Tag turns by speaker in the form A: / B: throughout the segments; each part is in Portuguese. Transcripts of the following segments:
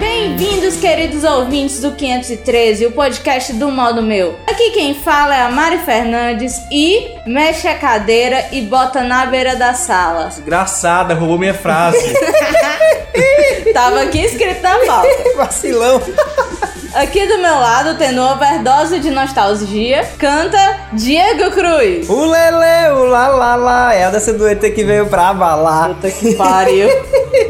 A: Bem-vindos, queridos ouvintes do 513, o podcast do modo meu. Aqui quem fala é a Mari Fernandes e mexe a cadeira e bota na beira da sala.
B: Desgraçada, roubou minha frase.
A: Tava aqui escrito na pauta.
B: Vacilão.
A: Aqui do meu lado tem no overdose de nostalgia, canta Diego Cruz.
B: O lele, o lá lá lá, é a dessa doeta que veio pra abalar.
A: Puta que pariu.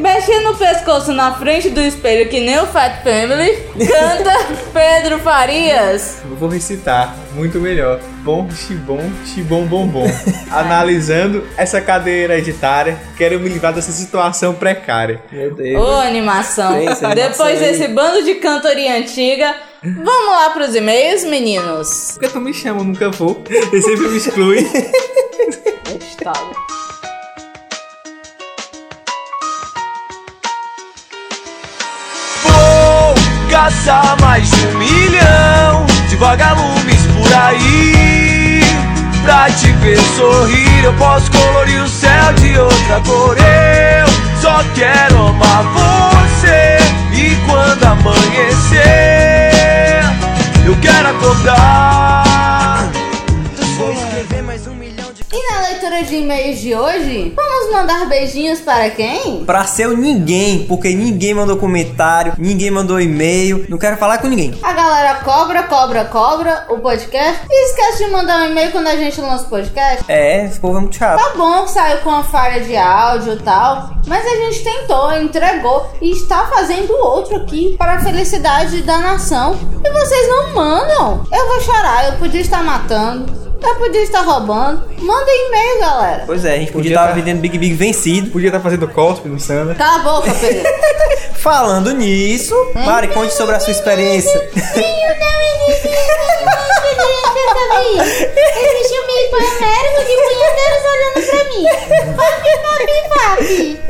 A: Mexendo o pescoço na frente do espelho que nem o Fat Family, canta Pedro Farias.
B: Eu Vou recitar, muito melhor. Bom, xibom, xibom, bom, bom. Analisando essa cadeira hereditária, quero me livrar dessa situação precária.
C: Meu
A: Ô,
C: Deus.
A: animação.
C: Sim, sim,
A: Depois
C: animação aí.
A: desse bando de cantoria antiga, vamos lá pros e-mails, meninos.
B: Porque tu me chama, eu nunca vou. Você sempre me exclui.
A: Gustavo.
D: Vou caçar mais de um milhão de vagalumes por aí. Pra te ver sorrir, eu posso colorir o céu de outra cor. Eu só quero amar você. E quando amanhecer, eu quero acordar. Vou escrever mais um milhão de.
A: E na leitura de e-mails de hoje, vamos mandar beijinhos para quem?
C: Pra ser o ninguém, porque ninguém mandou comentário, ninguém mandou e-mail, não quero falar com ninguém.
A: A galera cobra, cobra, cobra o podcast e esquece de mandar um e-mail quando a gente lança o podcast.
C: É, esse povo é muito chato.
A: Tá bom que saiu com uma falha de áudio e tal, mas a gente tentou, entregou e está fazendo outro aqui para a felicidade da nação. E vocês não mandam. Eu vou chorar, eu podia estar matando, eu podia estar roubando. Mandem e-mail, galera.
C: Pois é, a gente podia
B: Podia
C: estar
B: tá-
C: vendendo Big Big vencido.
B: Podia estar fazendo cospe no Sandra.
A: Cala a boca, Pedro.
C: Falando nisso, Mari, conte sobre a sua experiência.
E: Eu não existia nenhum Existia um meio panamérico que punha Deus olhando pra mim. Papi, papi, papi.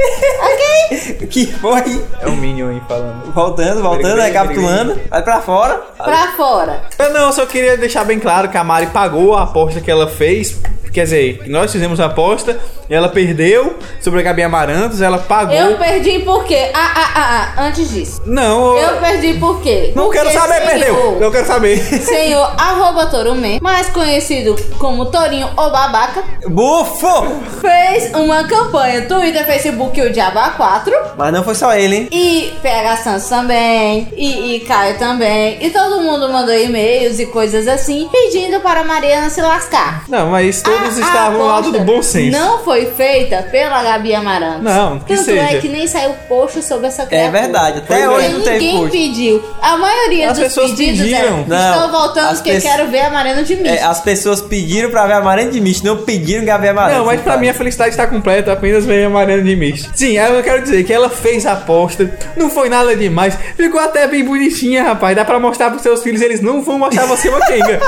E: Ok?
C: que foi?
B: É o Minion aí falando.
C: Voltando, voltando,
B: Peraí, peraí,
C: recapitulando. Vai pra fora.
A: pra fora.
B: Eu não, só queria deixar bem claro que a Mari pagou a aposta que ela fez. Quer dizer, que nós fizemos a aposta, ela perdeu sobre a Gabi Amarantos, ela pagou.
A: Eu perdi por quê? Ah, ah, ah, ah, antes disso.
B: Não,
A: Eu perdi por quê?
B: não
A: Porque
B: quero saber,
A: senhor-
B: perdeu. Não quero saber.
A: Senhor arroba Torumê, mais conhecido como Torinho ou Babaca,
C: Bufo!
A: fez uma campanha Twitter, Facebook e o Diaba 4.
C: Mas não foi só ele, hein?
A: E PH Santos também, e, e Caio também, e todo mundo mandou e-mails e coisas assim, pedindo para a Mariana se lascar.
B: Não, mas todos
A: A- a
B: estavam ao lado
A: aposta
B: do bom senso.
A: Não foi feita pela Gabi Amarantos.
B: Não, que
A: Tanto é
B: seja.
A: que nem saiu post sobre essa
C: É
A: criatura.
C: verdade, até
B: Pois
C: hoje
B: é.
C: não teve
A: Ninguém
C: post.
A: pediu. A maioria
B: As
A: dos
B: pessoas
A: pedidos
B: pediram.
A: é,
C: Não,
A: estão voltando
C: as
A: porque
C: pe-
A: quero ver a Mariana de mim.
C: É, as pessoas pediram pra ver a Maria de Mist, não pediram Gabi Amaral.
B: Não, mas pra mim é a felicidade está completa, apenas veio a Mariana de Mist. Sim, eu quero dizer que ela fez a aposta, não foi nada demais, ficou até bem bonitinha, rapaz. Dá pra mostrar pros seus filhos, eles não vão achar você uma quenga.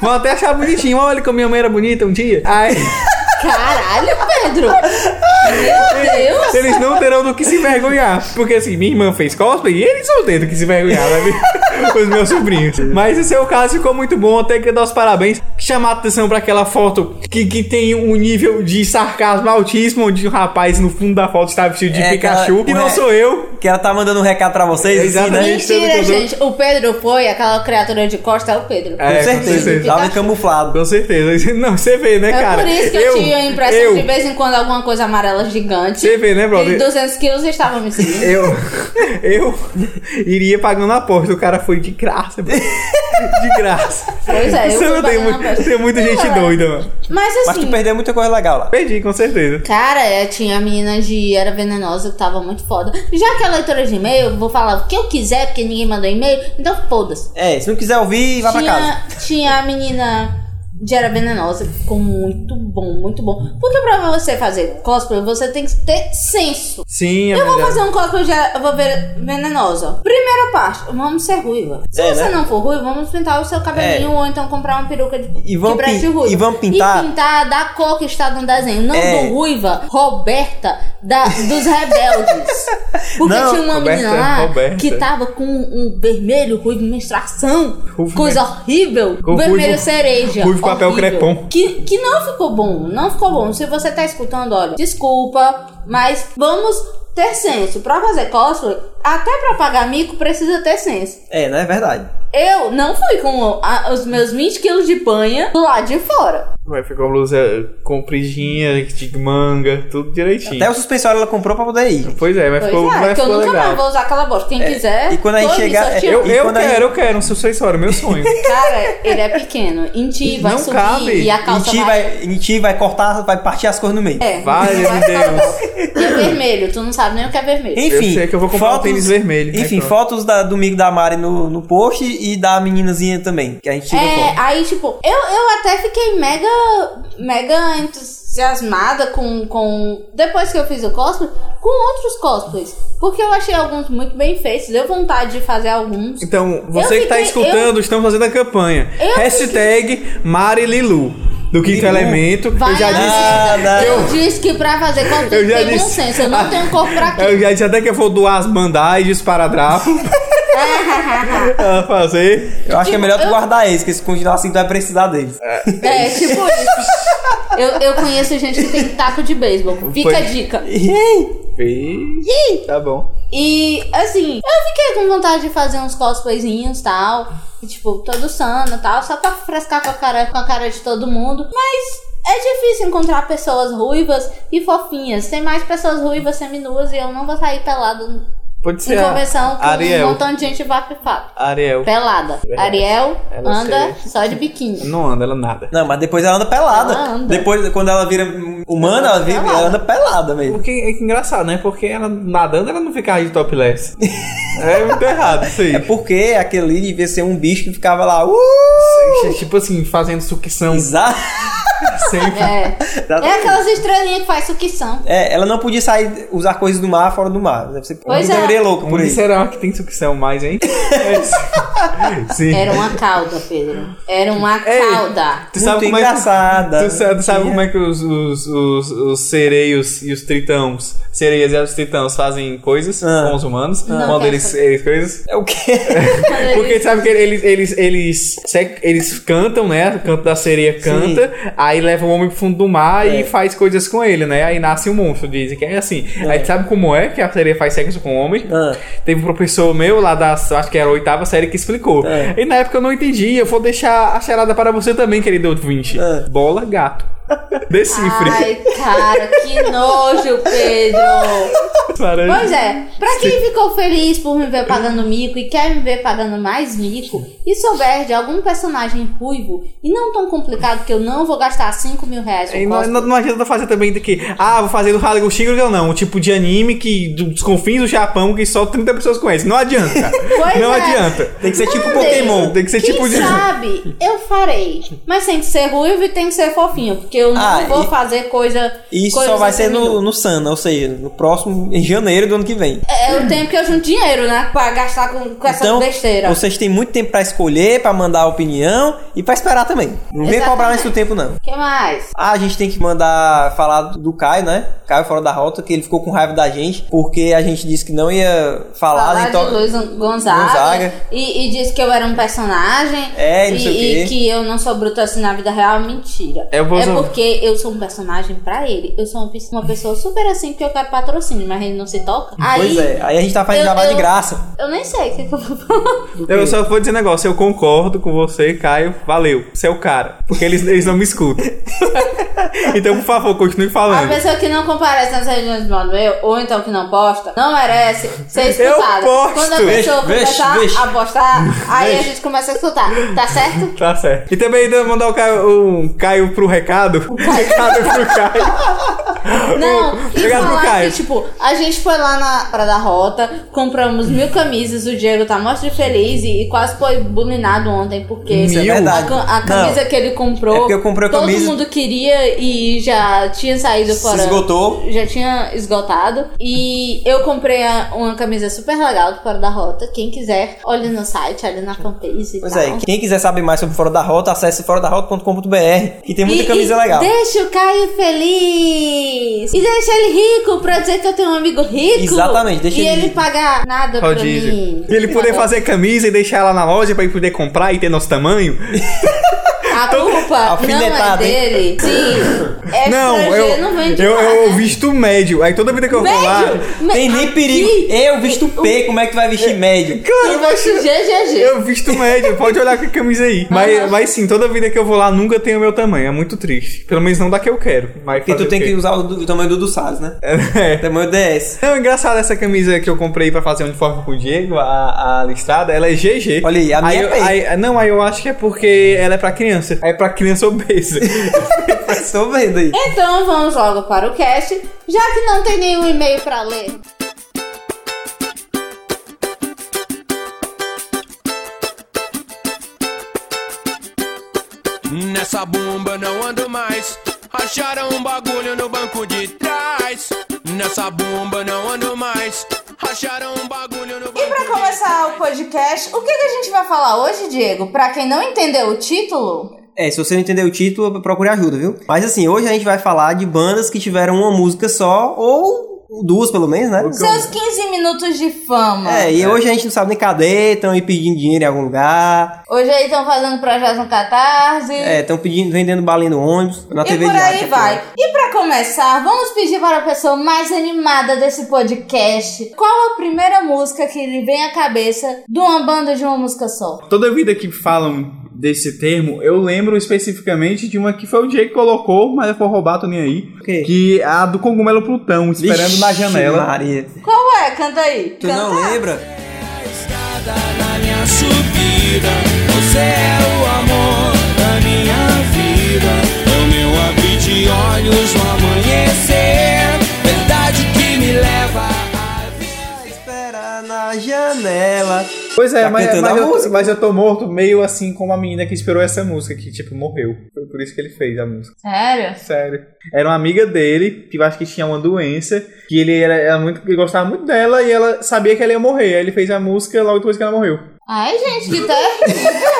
B: Vão até achar bonitinho, olha como minha mãe era bonita um dia. Ai,
A: Caralho, Pedro! Meu Deus!
B: eles não terão do que se vergonhar. Porque assim, minha irmã fez cosplay e eles vão ter do que se vergonhar, né? Os meus sobrinhos. Mas esse é o caso, ficou muito bom, até que dar os parabéns. Chamar a atenção pra aquela foto que, que tem um nível de sarcasmo altíssimo, onde o rapaz no fundo da foto está vestido de
C: É,
B: Pikachu,
C: aquela-
B: que não
C: ué.
B: sou eu.
C: Que ela tá mandando um recado pra vocês, assim, né?
B: Exatamente.
A: Mentira,
B: Pedro,
A: gente. O Pedro foi, aquela criatura de costa é o Pedro.
B: um- É,
C: Com
B: com
C: certeza,
B: certeza.
C: tava camuflado.
B: Com certeza. Não, você vê, né,
A: É
B: cara?
A: por isso que eu, tinha a impressão
B: eu,
A: de vez em quando alguma coisa amarela gigante.
B: Você vê, né, brother?
A: De 200 quilos estava me seguindo.
B: Eu, eu iria pagando a aposta. O cara foi de graça, mano. De graça.
A: Pois é, eu
B: Isso
A: fui
B: tem,
A: pagando
B: mu-
A: a aposta. é.
B: tem muita gente
A: Cara.
B: doida, mano.
A: Mas
C: Mas
A: assim,
C: tu perdeu muita coisa legal lá.
B: Perdi, com certeza.
A: cara, é, tinha a menina de Era Venenosa que tava muito foda. Já que é leitora de e-mail, eu vou falar o que eu quiser, porque ninguém mandou e-mail, então foda-se.
C: É, se não quiser ouvir, vai pra casa.
A: tinha, tinha a menina de Era Venenosa, que ficou muito bom, muito bom. Porque pra você fazer cosplay, você tem que ter senso.
B: Sim, é
A: Eu vou
B: verdade.
A: fazer um cosplay de Era- eu vou ver venenosa. Primeira parte, vamos ser ruiva. Se
C: É,
A: você
C: né? É.
A: não for ruiva, vamos pintar o seu cabelinho ou então comprar uma peruca de,
C: E vamos
A: de braço
C: pin-
A: ruiva.
C: e vamos pintar-
A: E pintar da cor que está no desenho, não
C: É.
A: do ruiva, Roberta da, dos rebeldes. Porque
C: Não,
A: tinha uma
B: Roberta,
A: menina lá
B: Roberta.
A: que tava com um vermelho ruivo, menstruação,
B: Ruivo
A: coisa horrível.
B: Com
A: vermelho
B: ruivo-
A: cereja.
B: ruivo papel
A: horrível.
B: crepom.
A: Que, que não ficou bom, não ficou bom. Se você tá escutando, olha, desculpa, mas vamos ter senso. Pra fazer cosplay, até pra pagar mico, precisa ter senso.
C: É, não é verdade.
A: Eu não fui com a- os meus 20 quilos de panha do lado de fora.
B: Vai ficar uma blusa compridinha, de manga, tudo direitinho.
C: Até o suspensório ela comprou pra poder ir.
B: Pois é, mas
A: Pois
B: ficou,
A: é,
B: mas
A: que eu
B: ficou
A: nunca mais
B: legal. É,
A: vou usar aquela bosta. Quem quiser,
C: e quando aí
A: pode me
C: chegar-
A: sortear.
B: Eu,
C: E
B: eu
C: quando a
B: quero,
C: gente-
B: eu quero um sucessório, meu sonho.
A: Cara, ele é pequeno. Em ti vai
B: Não
A: subir
B: cabe.
A: e a calça
C: Inti
A: vai...
C: vai, Inti vai cortar, vai partir as cores no meio.
A: É.
B: Valeu,
A: Vai-
B: Deus.
A: E é vermelho, tu não sabe nem o que é vermelho.
C: Enfim,
B: Eu sei que eu vou comprar um tênis vermelho.
C: Enfim,
B: Aí pronto.
C: fotos da, do Migo da Mari no, no post e da meninazinha também, que a gente tira
A: É,
C: foto.
A: aí, tipo, eu, eu até fiquei mega, mega entusiasmada com, com. Depois que eu fiz o cosplay, com outros cosplays. Porque eu achei alguns muito bem feitos, deu vontade de fazer alguns.
B: Então, você
A: Eu
B: que tá
A: fiquei-
B: escutando, estamos fazendo a campanha.
A: Eu
B: Hashtag Marililu, do Quinto
C: Lilu.
B: Elemento.
A: Vai
B: eu já
A: lá.
B: disse.
C: Ah, não.
A: Eu disse que pra fazer cosplay
B: Eu já
A: tem bom
B: disse.
A: senso, eu não tenho um corpo pra aquilo.
B: Eu já disse até que eu vou doar as bandais para drapo. Ela fazer.
C: Eu acho que é
A: Tipo,
C: melhor tu
A: eu-
C: guardar eles, porque se continuar assim tu vai precisar deles.
A: É, tipo isso. Eu, eu conheço gente que tem taco de beisebol. Fica
B: Foi.
A: a dica.
B: Tá bom.
A: E assim, eu fiquei com vontade de fazer uns cosplayzinhos tal. e, Tipo, todo sano tal, só pra frescar com a, cara, com a cara de todo mundo. Mas é difícil encontrar pessoas ruivas e fofinhas. Tem mais pessoas ruivas seminuas e eu não vou sair pelada
B: Pode
A: em
B: ser a
A: convenção com
B: É, Ariel.
A: um montão de gente vapifato.
B: Ariel.
A: Pelada. Ariel
B: Ela
A: anda só de biquíni.
B: Não anda, ela nada.
C: Não, mas depois ela anda pelada.
A: Ela anda.
C: Depois, quando ela vira humana, ela, vira,
A: pelada.
C: ela anda pelada mesmo.
B: Porque é que engraçado, né? Porque ela nadando, ela não fica de topless. é muito errado isso aí.
C: É porque aquele ali devia ser um bicho que ficava lá. Uh!
B: Tipo assim, fazendo sucção
C: Exato.
B: sempre.
A: É. É aquelas estrelinhas que faz sucção.
C: É, ela não podia sair, usar coisas do mar fora do mar. né? Deve ser
A: Pois é.
C: muita guria louca por
B: Onde
C: isso.
B: será que tem sucção mais, hein? É. Sim.
A: Era uma cauda, Pedro. Era uma
B: Ei,
A: cauda.
B: Tu sabe
C: Muito
B: como é que-
C: engraçada.
B: Tu sabe, tu sabe
C: Sim.
B: como é que os, os, os, os sereios e os tritões, sereias e os tritões fazem coisas
C: Ah.
B: com os humanos?
A: Não
B: quando
A: quero
B: eles, eles coisas.
C: É o quê?
B: Porque sabe que eles, eles, eles, se- eles cantam, né? O canto da sereia canta, aí leva o homem pro fundo do mar
C: É.
B: e faz coisas com ele, né? Aí nasce um monstro, dizem que é assim. Aí tu sabe como é que a sereia faz sexo com o homem?
C: Ah.
B: Teve um professor meu lá da, acho que era a oitava série, que explicou.
C: É.
B: E na época eu não entendi, eu vou deixar a charada para você também, querido ouvinte.
C: É.
B: Bola, gato. Decifre.
A: Ai, cara, que nojo, Pedro.
B: Laranja.
A: Pois é, pra quem ficou feliz por me ver pagando mico e quer me ver pagando mais mico e souber de algum personagem ruivo e não tão complicado que eu não vou gastar 5 mil reais
B: E
A: no
B: não,
A: cosplay,
B: não- não adianta fazer também de que, ah, vou fazer do Haligo Shigurga, não. Um tipo de anime que do- dos confins do Japão que só 30 pessoas conhecem. Não adianta.
A: Pois
B: não
A: é.
B: adianta.
C: Tem que ser tipo
A: Mandem.
C: Pokémon.
B: Tem que ser
A: Quem
B: tipo de.
A: sabe, eu farei. Mas tem que ser ruivo e tem que ser fofinho, porque eu não
C: Ah,
A: vou
C: e-
A: fazer coisa.
C: E isso
A: coisa
C: só vai ser
A: feminina.
C: no, no Sana, ou seja, no próximo, em janeiro do ano que vem.
A: É o tempo que eu junto dinheiro, né? Pra gastar com, com essa
C: então,
A: besteira.
C: vocês têm muito tempo pra escolher, pra mandar a opinião e pra esperar também. Não vem
A: Exatamente.
C: cobrar mais do tempo, não.
A: O que mais?
C: Ah, a gente tem que mandar falar do do Caio, né? Caio fora da rota, que ele ficou com raiva da gente, porque a gente disse que não ia falar, então
A: Falar
C: nem to-
A: de Luiz Gonzaga,
C: Gonzaga.
A: E, e disse que eu era um personagem
C: É, e não
A: e,
C: sei o quê.
A: e que eu não sou bruto assim na vida real, mentira.
B: Eu vou
A: é
B: usar-
A: porque eu sou um personagem pra ele. Eu sou uma, pe- uma pessoa super assim que eu quero patrocínio, mas ele não se toca.
C: Pois
A: Aí
C: é, aí a gente tá fazendo
A: eu-
C: jabá de
A: eu-
C: graça.
A: eu nem sei o que, que eu vou falar.
B: Eu só vou dizer um negócio, eu concordo com você, Caio. Valeu. Você é o cara. Porque eles, eles não me escutam. então, por favor, continue
A: A
B: falando.
A: pessoa que não comparece nas reuniões de modo meu, ou então que não posta, não merece ser
B: Eu
A: escutada.
B: posto.
A: Quando a pessoa
C: Vixe,
A: começar
C: vixe,
A: a postar, aí a
C: Vixe.
A: gente começa a escutar. Tá certo?
B: Tá certo. E também ainda mandar o Caio, um Caio pro recado. Um recado pro Caio.
A: Um Não, e
B: Obrigado pro
A: falar
B: Caio.
A: que, tipo, a gente foi lá na Praia da Rota, compramos mil camisas, o Diego tá morto de feliz e, e quase foi bullyingado ontem, porque
B: Isso é
A: a ca-
C: verdade.
A: a, camisa
C: Não.
A: que ele comprou,
C: É porque eu comprei a
A: todo
C: camisa-
A: mundo queria e já tinha saído
C: Se
A: fora.
C: esgotou.
A: Já tinha esgotado. E eu comprei a- uma camisa super legal do Fora da Rota. Quem quiser, olha no site, olha na fanpage e
C: Pois
A: tal.
C: é, quem quiser saber mais sobre Fora da Rota, acesse foradarrota.com.br, que tem É muita
A: E-
C: camisa
A: e
C: legal.
A: Deixa o Caio feliz. E deixa ele rico pra dizer que eu tenho um amigo rico.
C: Exatamente, deixa
A: E
C: ele
A: ele,
C: rico.
A: pagar nada pra
B: Rodízio.
A: mim.
B: E ele poder
A: Nada.
B: fazer camisa e deixar ela na loja pra ele poder comprar e ter nosso tamanho.
A: A culpa não é
C: Alfinetada, hein?
A: dele. Sim. É
B: Não, eu,
A: estrangeiro, não vem de
B: eu,
A: lá,
B: eu
A: né?
B: visto médio. Aí toda vida que eu vou lá.
A: Médio? Me- Ah,
C: Tem nem
A: aqui,
C: perigo. Eu visto P, como é que tu vai vestir médio?
A: Eu gosto de GGG.
B: Eu visto médio, pode olhar com a camisa aí. Mas, mas sim, toda vida que eu vou lá nunca tem o meu tamanho. É muito triste. Pelo menos não da que eu quero. Mas
C: Porque
B: fazer
C: tu
B: o
C: tem
B: quê?
C: que usar o, do- o tamanho do do Salles, né?
B: É.
C: Tamanho DS.
B: Não, engraçado essa camisa que eu comprei pra fazer um uniforme com o Diego, a, a listrada, ela é GG.
C: Olha aí, a minha
B: eu-
C: é
B: aí, Não, aí eu acho que é porque ela é pra criança. Aí é pra criança obesa.
C: Tô vendo aí.
A: Então vamos logo para o cast, já que não tem nenhum e-mail para ler.
D: Nessa bomba não ando mais. Acharam um bagulho no banco de trás. Nessa bomba não ando mais. Acharam um bagulho no banco
A: E para começar o podcast, o que, que a gente vai falar hoje, Diego? Para quem não entendeu o título,
C: É, se você não entendeu o título, procure ajuda, viu? Mas assim, hoje a gente vai falar de bandas que tiveram uma música só, ou duas pelo menos, né?
A: seus 15 minutos de fama.
C: É, e
B: né?
C: hoje a gente não sabe nem cadê, estão aí pedindo dinheiro em algum lugar.
A: Hoje aí estão fazendo projetos no Catarse.
C: É, estão pedindo, vendendo balinha no ônibus, na
A: E
C: TV
A: por
C: de
A: aí
C: rádio,
A: vai.
B: né?
A: E para começar, vamos pedir para a pessoa mais animada desse podcast qual a primeira música que lhe vem à cabeça de uma banda de uma música só.
B: toda vida que falam desse termo, eu lembro especificamente de uma que foi o Diego que colocou, mas foi roubado nem aí.
C: O quê?
B: Que é a do cogumelo Plutão,
C: Vixe,
B: esperando na janela.
C: Maria.
A: Qual é? Canta aí.
C: Tu
A: Canta.
C: não lembra?
D: Na minha subida, você é o amor da minha vida. É o meu abrir de olhos no amanhecer. Verdade que me leva a
C: Espera na janela.
B: Pois é,
C: Tá
B: mas,
C: cantando
B: mas
C: a
B: eu,
C: música.
B: mas eu tô morto meio assim como a menina que esperou essa música, que tipo morreu. Foi por isso que ele fez a música.
A: Sério?
B: Sério. Era uma amiga dele, que eu acho que tinha uma doença, que ele era, era muito, ele gostava muito dela e ela sabia que ela ia morrer. Aí ele fez a música logo depois que ela morreu.
A: Ai, gente, que terrível!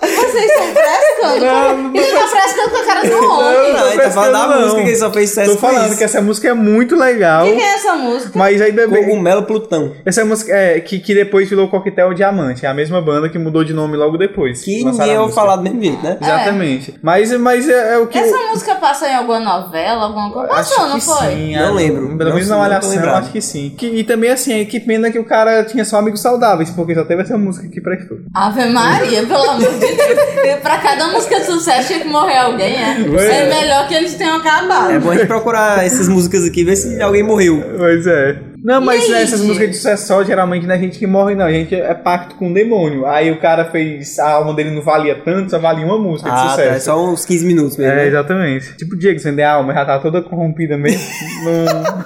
A: Vocês estão frescando?
B: Não, não
A: Ele tá frescando com a cara do
B: Não,
A: homem.
B: não.
C: Não, ele tá falando da
B: pescando, não.
C: música que ele só fez sucesso
B: Tô
C: por
B: falando
C: isso.
B: que essa música é muito legal,
A: O que que é essa música?
B: mas ainda bem.
C: Cogumelo Plutão.
B: Essa música é, que, que depois virou Coquetel Diamante, é a mesma banda que mudou de nome logo depois.
C: Que
B: lançaram
C: ninguém
B: a
C: ouve
B: música.
C: falar do mesmo jeito, né?
B: Exatamente. Mas, mas é, é o que.
A: Essa música passa em alguma novela, alguma coisa?
B: Acho
A: Passou, não
B: que
A: foi?
B: Sim,
C: Não
B: ah,
C: lembro.
B: Pelo
C: Não
B: menos na
C: sei, não tô
B: Malhação, eu
C: lembrado.
B: acho que sim. Que- e também, assim, é que pena que o cara tinha só amigos saudáveis, porque só teve essa música que prestou.
A: Ave Maria, pelo amor de Deus. pra cada música de sucesso tinha que morrer alguém, é? É melhor que eles tenham acabado.
C: É bom a gente procurar essas músicas aqui, ver se alguém morreu.
B: Pois é. Não, mas
A: aí,
B: né, essas
A: gente?
B: músicas de sucesso só, geralmente não é gente que morre, não. A gente é pacto com o demônio. Aí o cara fez. A alma dele não valia tanto, só valia uma música de
C: Ah, tá, é
B: sucesso.
C: só uns 15 minutos mesmo.
B: É,
C: né?
B: exatamente. Tipo o Diego, você vender a alma, já tá toda corrompida mesmo. Não-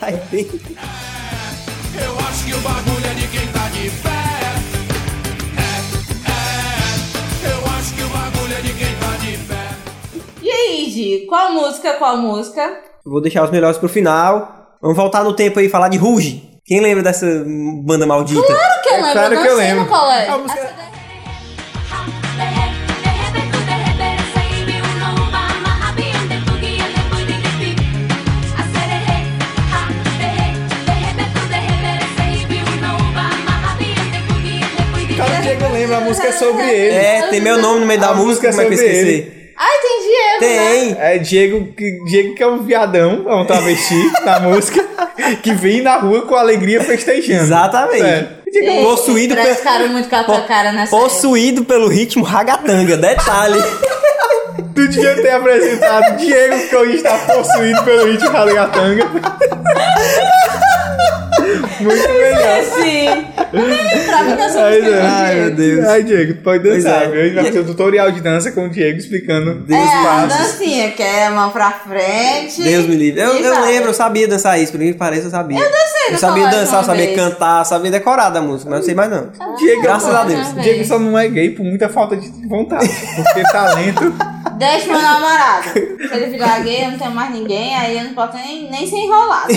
C: Ai, bem.
D: Eu acho que o bagulho é de quem tá de pé. É, é. Eu acho que o bagulho é de quem tá de pé.
A: E aí, Di, qual música, qual música?
C: Vou deixar os melhores pro final. Vamos voltar no tempo aí e falar de Ruge. Quem lembra dessa banda maldita?
A: Claro que eu lembro,
B: É claro
A: eu
B: que
A: dancei
B: eu
A: no é.
B: lembro.
A: colégio.
B: A música- é Cara, o Diego lembra, a música é sobre ele.
C: É, tem meu nome no meio da
B: A música
C: música, como é que eu
B: sobre ele.
C: esqueci?
A: Ai, tem Diego, né?
C: Tem!
B: É Diego que, Diego que é um viadão, é um travesti na música, que vem na rua com alegria festejando.
C: Exatamente.
B: É. Diego,
A: Ei,
C: Possuído
A: parece
C: pe-
A: cara muito com a tua cara nessa É,
C: Possuído pelo ritmo ragatanga, detalhe.
B: Tu devia ter apresentado Diego que hoje está possuído pelo ritmo Halegatanga. Muito melhor.
A: Sim. Nem lembrava dessa
B: Ai,
A: música.
B: Deus.
C: Ai, meu Deus.
B: né? Ai, Diego, tu pode dançar.
C: Pois é.
B: viu? A gente vai fazer um tutorial de dança com o Diego explicando
A: É,
B: os
A: a
B: passos.
A: dancinha, que é mão pra frente.
C: Deus me livre. Eu,
A: E
C: eu
A: vai.
C: lembro, eu sabia dançar isso, por mim que pareça, eu sabia. Eu
A: dancei no
C: sabia
A: colégio
C: dançar,
A: uma
C: eu sabia
A: vez.
C: cantar, eu sabia decorar da música, mas não sei mais não.
B: Diego,
C: Graças a
A: Uma
C: Deus.
A: vez.
B: Diego só não é gay por muita falta de vontade. Porque talento.
A: Deixa meu namorado. Se ele virar gay, eu não tenho mais ninguém, aí eu não posso nem, nem ser enrolado.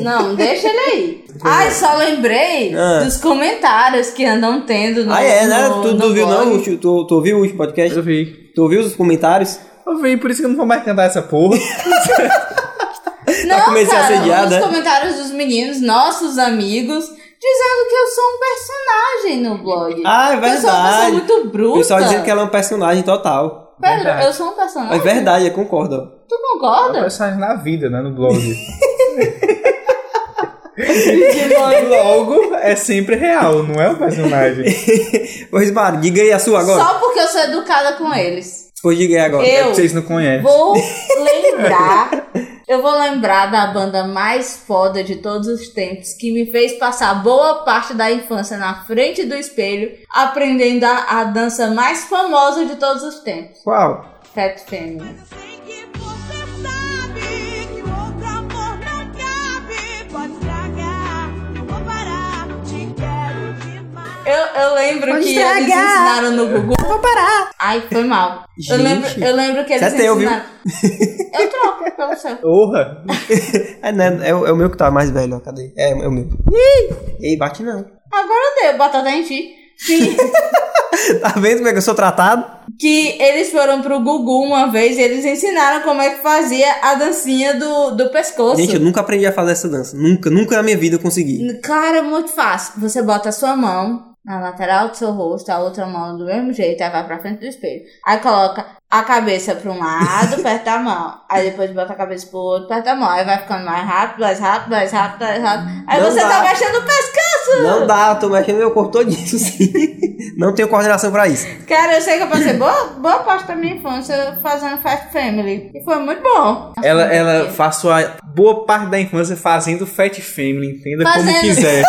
A: Não, deixa ele aí. Ai, só lembrei
C: Ah.
A: dos comentários que andam tendo no.
C: Ah, é, né?
A: no-
C: Tu,
A: no
C: tu viu não? o
A: blog.
C: último- Tu, tu ouviu o último podcast?
B: Eu vi.
C: Tu ouviu os comentários?
B: Eu vi, por isso que eu não vou mais cantar essa porra.
A: Não,
C: Tá comecei a
A: cara,
C: assediar,
A: os
C: né?
A: comentários dos meninos, nossos amigos, dizendo que eu sou um personagem. no blog.
C: Ah, é
A: Porque Eu sou uma pessoa
C: verdade.
A: muito
C: O
A: bruta.
C: pessoal dizendo que ela é um personagem total.
A: Pedro,
B: Verdade.
A: eu sou um
C: É
A: personagem.
C: verdade, eu concordo.
A: Tu
B: É um
A: concorda?
B: personagem na vida, né? No blog.
A: Tipo,
B: Logo, é sempre real, não é o personagem.
C: Pois, Mari, diga aí a sua agora.
A: Só porque eu sou educada com eles.
C: Pois diga aí agora.
B: É
A: Eu
B: que vocês não conhecem.
A: vou lembrar. Eu vou lembrar da banda mais foda de todos os tempos que me fez passar boa parte da infância na frente do espelho, aprendendo a, a dança mais famosa de todos os tempos.
C: Qual?
A: Fat Fêmea.
F: Sei que você sabe que outro amor não cabe. Pode estragar, não vou parar. Te quero demais.
A: Eu, eu lembro
E: Pode
A: que
E: estragar.
A: eles ensinaram no Google. Vou parar. Ai, foi mal. Eu
C: Gente.
A: lembro, eu lembro que eles
C: Isso é teu, viu?
A: ensinaram. Eu troco pelo seu.
B: Porra!
C: É, né, é, o é o meu que tá mais velho, ó. Cadê? É, é o meu. Ih! Ei, bate não.
A: Agora deu, batata em ti. Sim.
C: Tá vendo como é que eu sou tratado?
A: que eles foram pro Gugu uma vez e eles ensinaram como é que fazia a dancinha do, do pescoço.
C: Gente, eu nunca aprendi a fazer essa dança. Nunca, nunca na minha vida eu consegui.
A: Cara, é muito fácil. Você bota a sua mão na lateral do seu rosto, a outra mão do mesmo jeito, aí vai pra frente do espelho. Aí coloca a cabeça pra um lado, perto da mão. Aí depois bota a cabeça pro outro, perto da mão. Aí vai ficando mais rápido, mais rápido, mais rápido, mais rápido. Aí
C: Não
A: você
C: dá.
A: tá mexendo o pescoço.
C: Não dá, eu tô mexendo meu corpo todo isso, sim. Não tenho coordenação pra isso.
A: Cara, eu sei que eu passei boa, boa parte da minha infância fazendo Fast Family. E foi muito bom.
B: Ela,
A: é
B: ela passou a boa parte da infância fazendo Fat Family, entenda como
A: Fazendo.
B: quiser.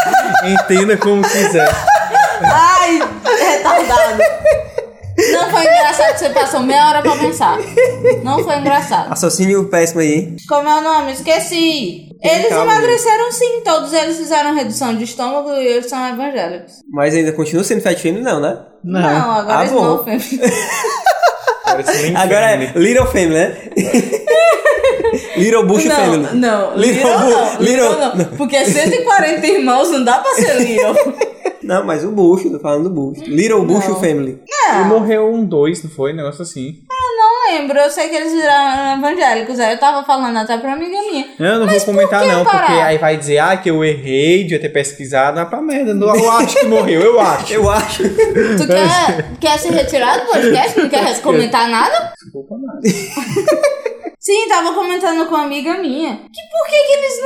B: entenda como quiser.
A: Ai, retardado. Não foi engraçado, você passou meia hora pra pensar. Não foi engraçado.
C: Raciocínio péssimo aí, hein?
A: Como é o nome? Esqueci. Eles
C: Calma aí.
A: emagreceram sim, todos eles fizeram redução de estômago e eles são evangélicos.
C: Mas ainda continua sendo fat family, não, né?
A: Não, agora
C: Ah,
A: é
C: bom.
A: small family.
B: Parece nem
C: Agora
B: family.
C: é Little Family, né? little Bush
A: Não,
C: Family.
A: não,
C: né? Little
A: little
C: Bu-
A: não,
C: Little-
A: little não. Porque 140 irmãos não dá pra ser little.
C: Não, mas o Bush, eu tô falando do Bush. Little Bush
A: Não.
C: Family.
B: E morreu um dois, não foi? Um negócio assim.
A: Não lembro, eu sei que eles viraram evangélicos. Aí eu tava falando até pra uma amiga minha.
B: Eu não
A: Mas
B: vou
A: por
B: comentar,
A: que
B: não,
A: parar?
B: porque aí vai dizer, ah, que eu errei, devia ter pesquisado. Ah, pra merda, não- eu acho que morreu, eu acho.
C: Eu acho.
A: Tu quer, quer se retirar do podcast? Não quer comentar nada?
B: Desculpa, nada.
A: Sim, tava comentando com uma amiga minha que por que, que eles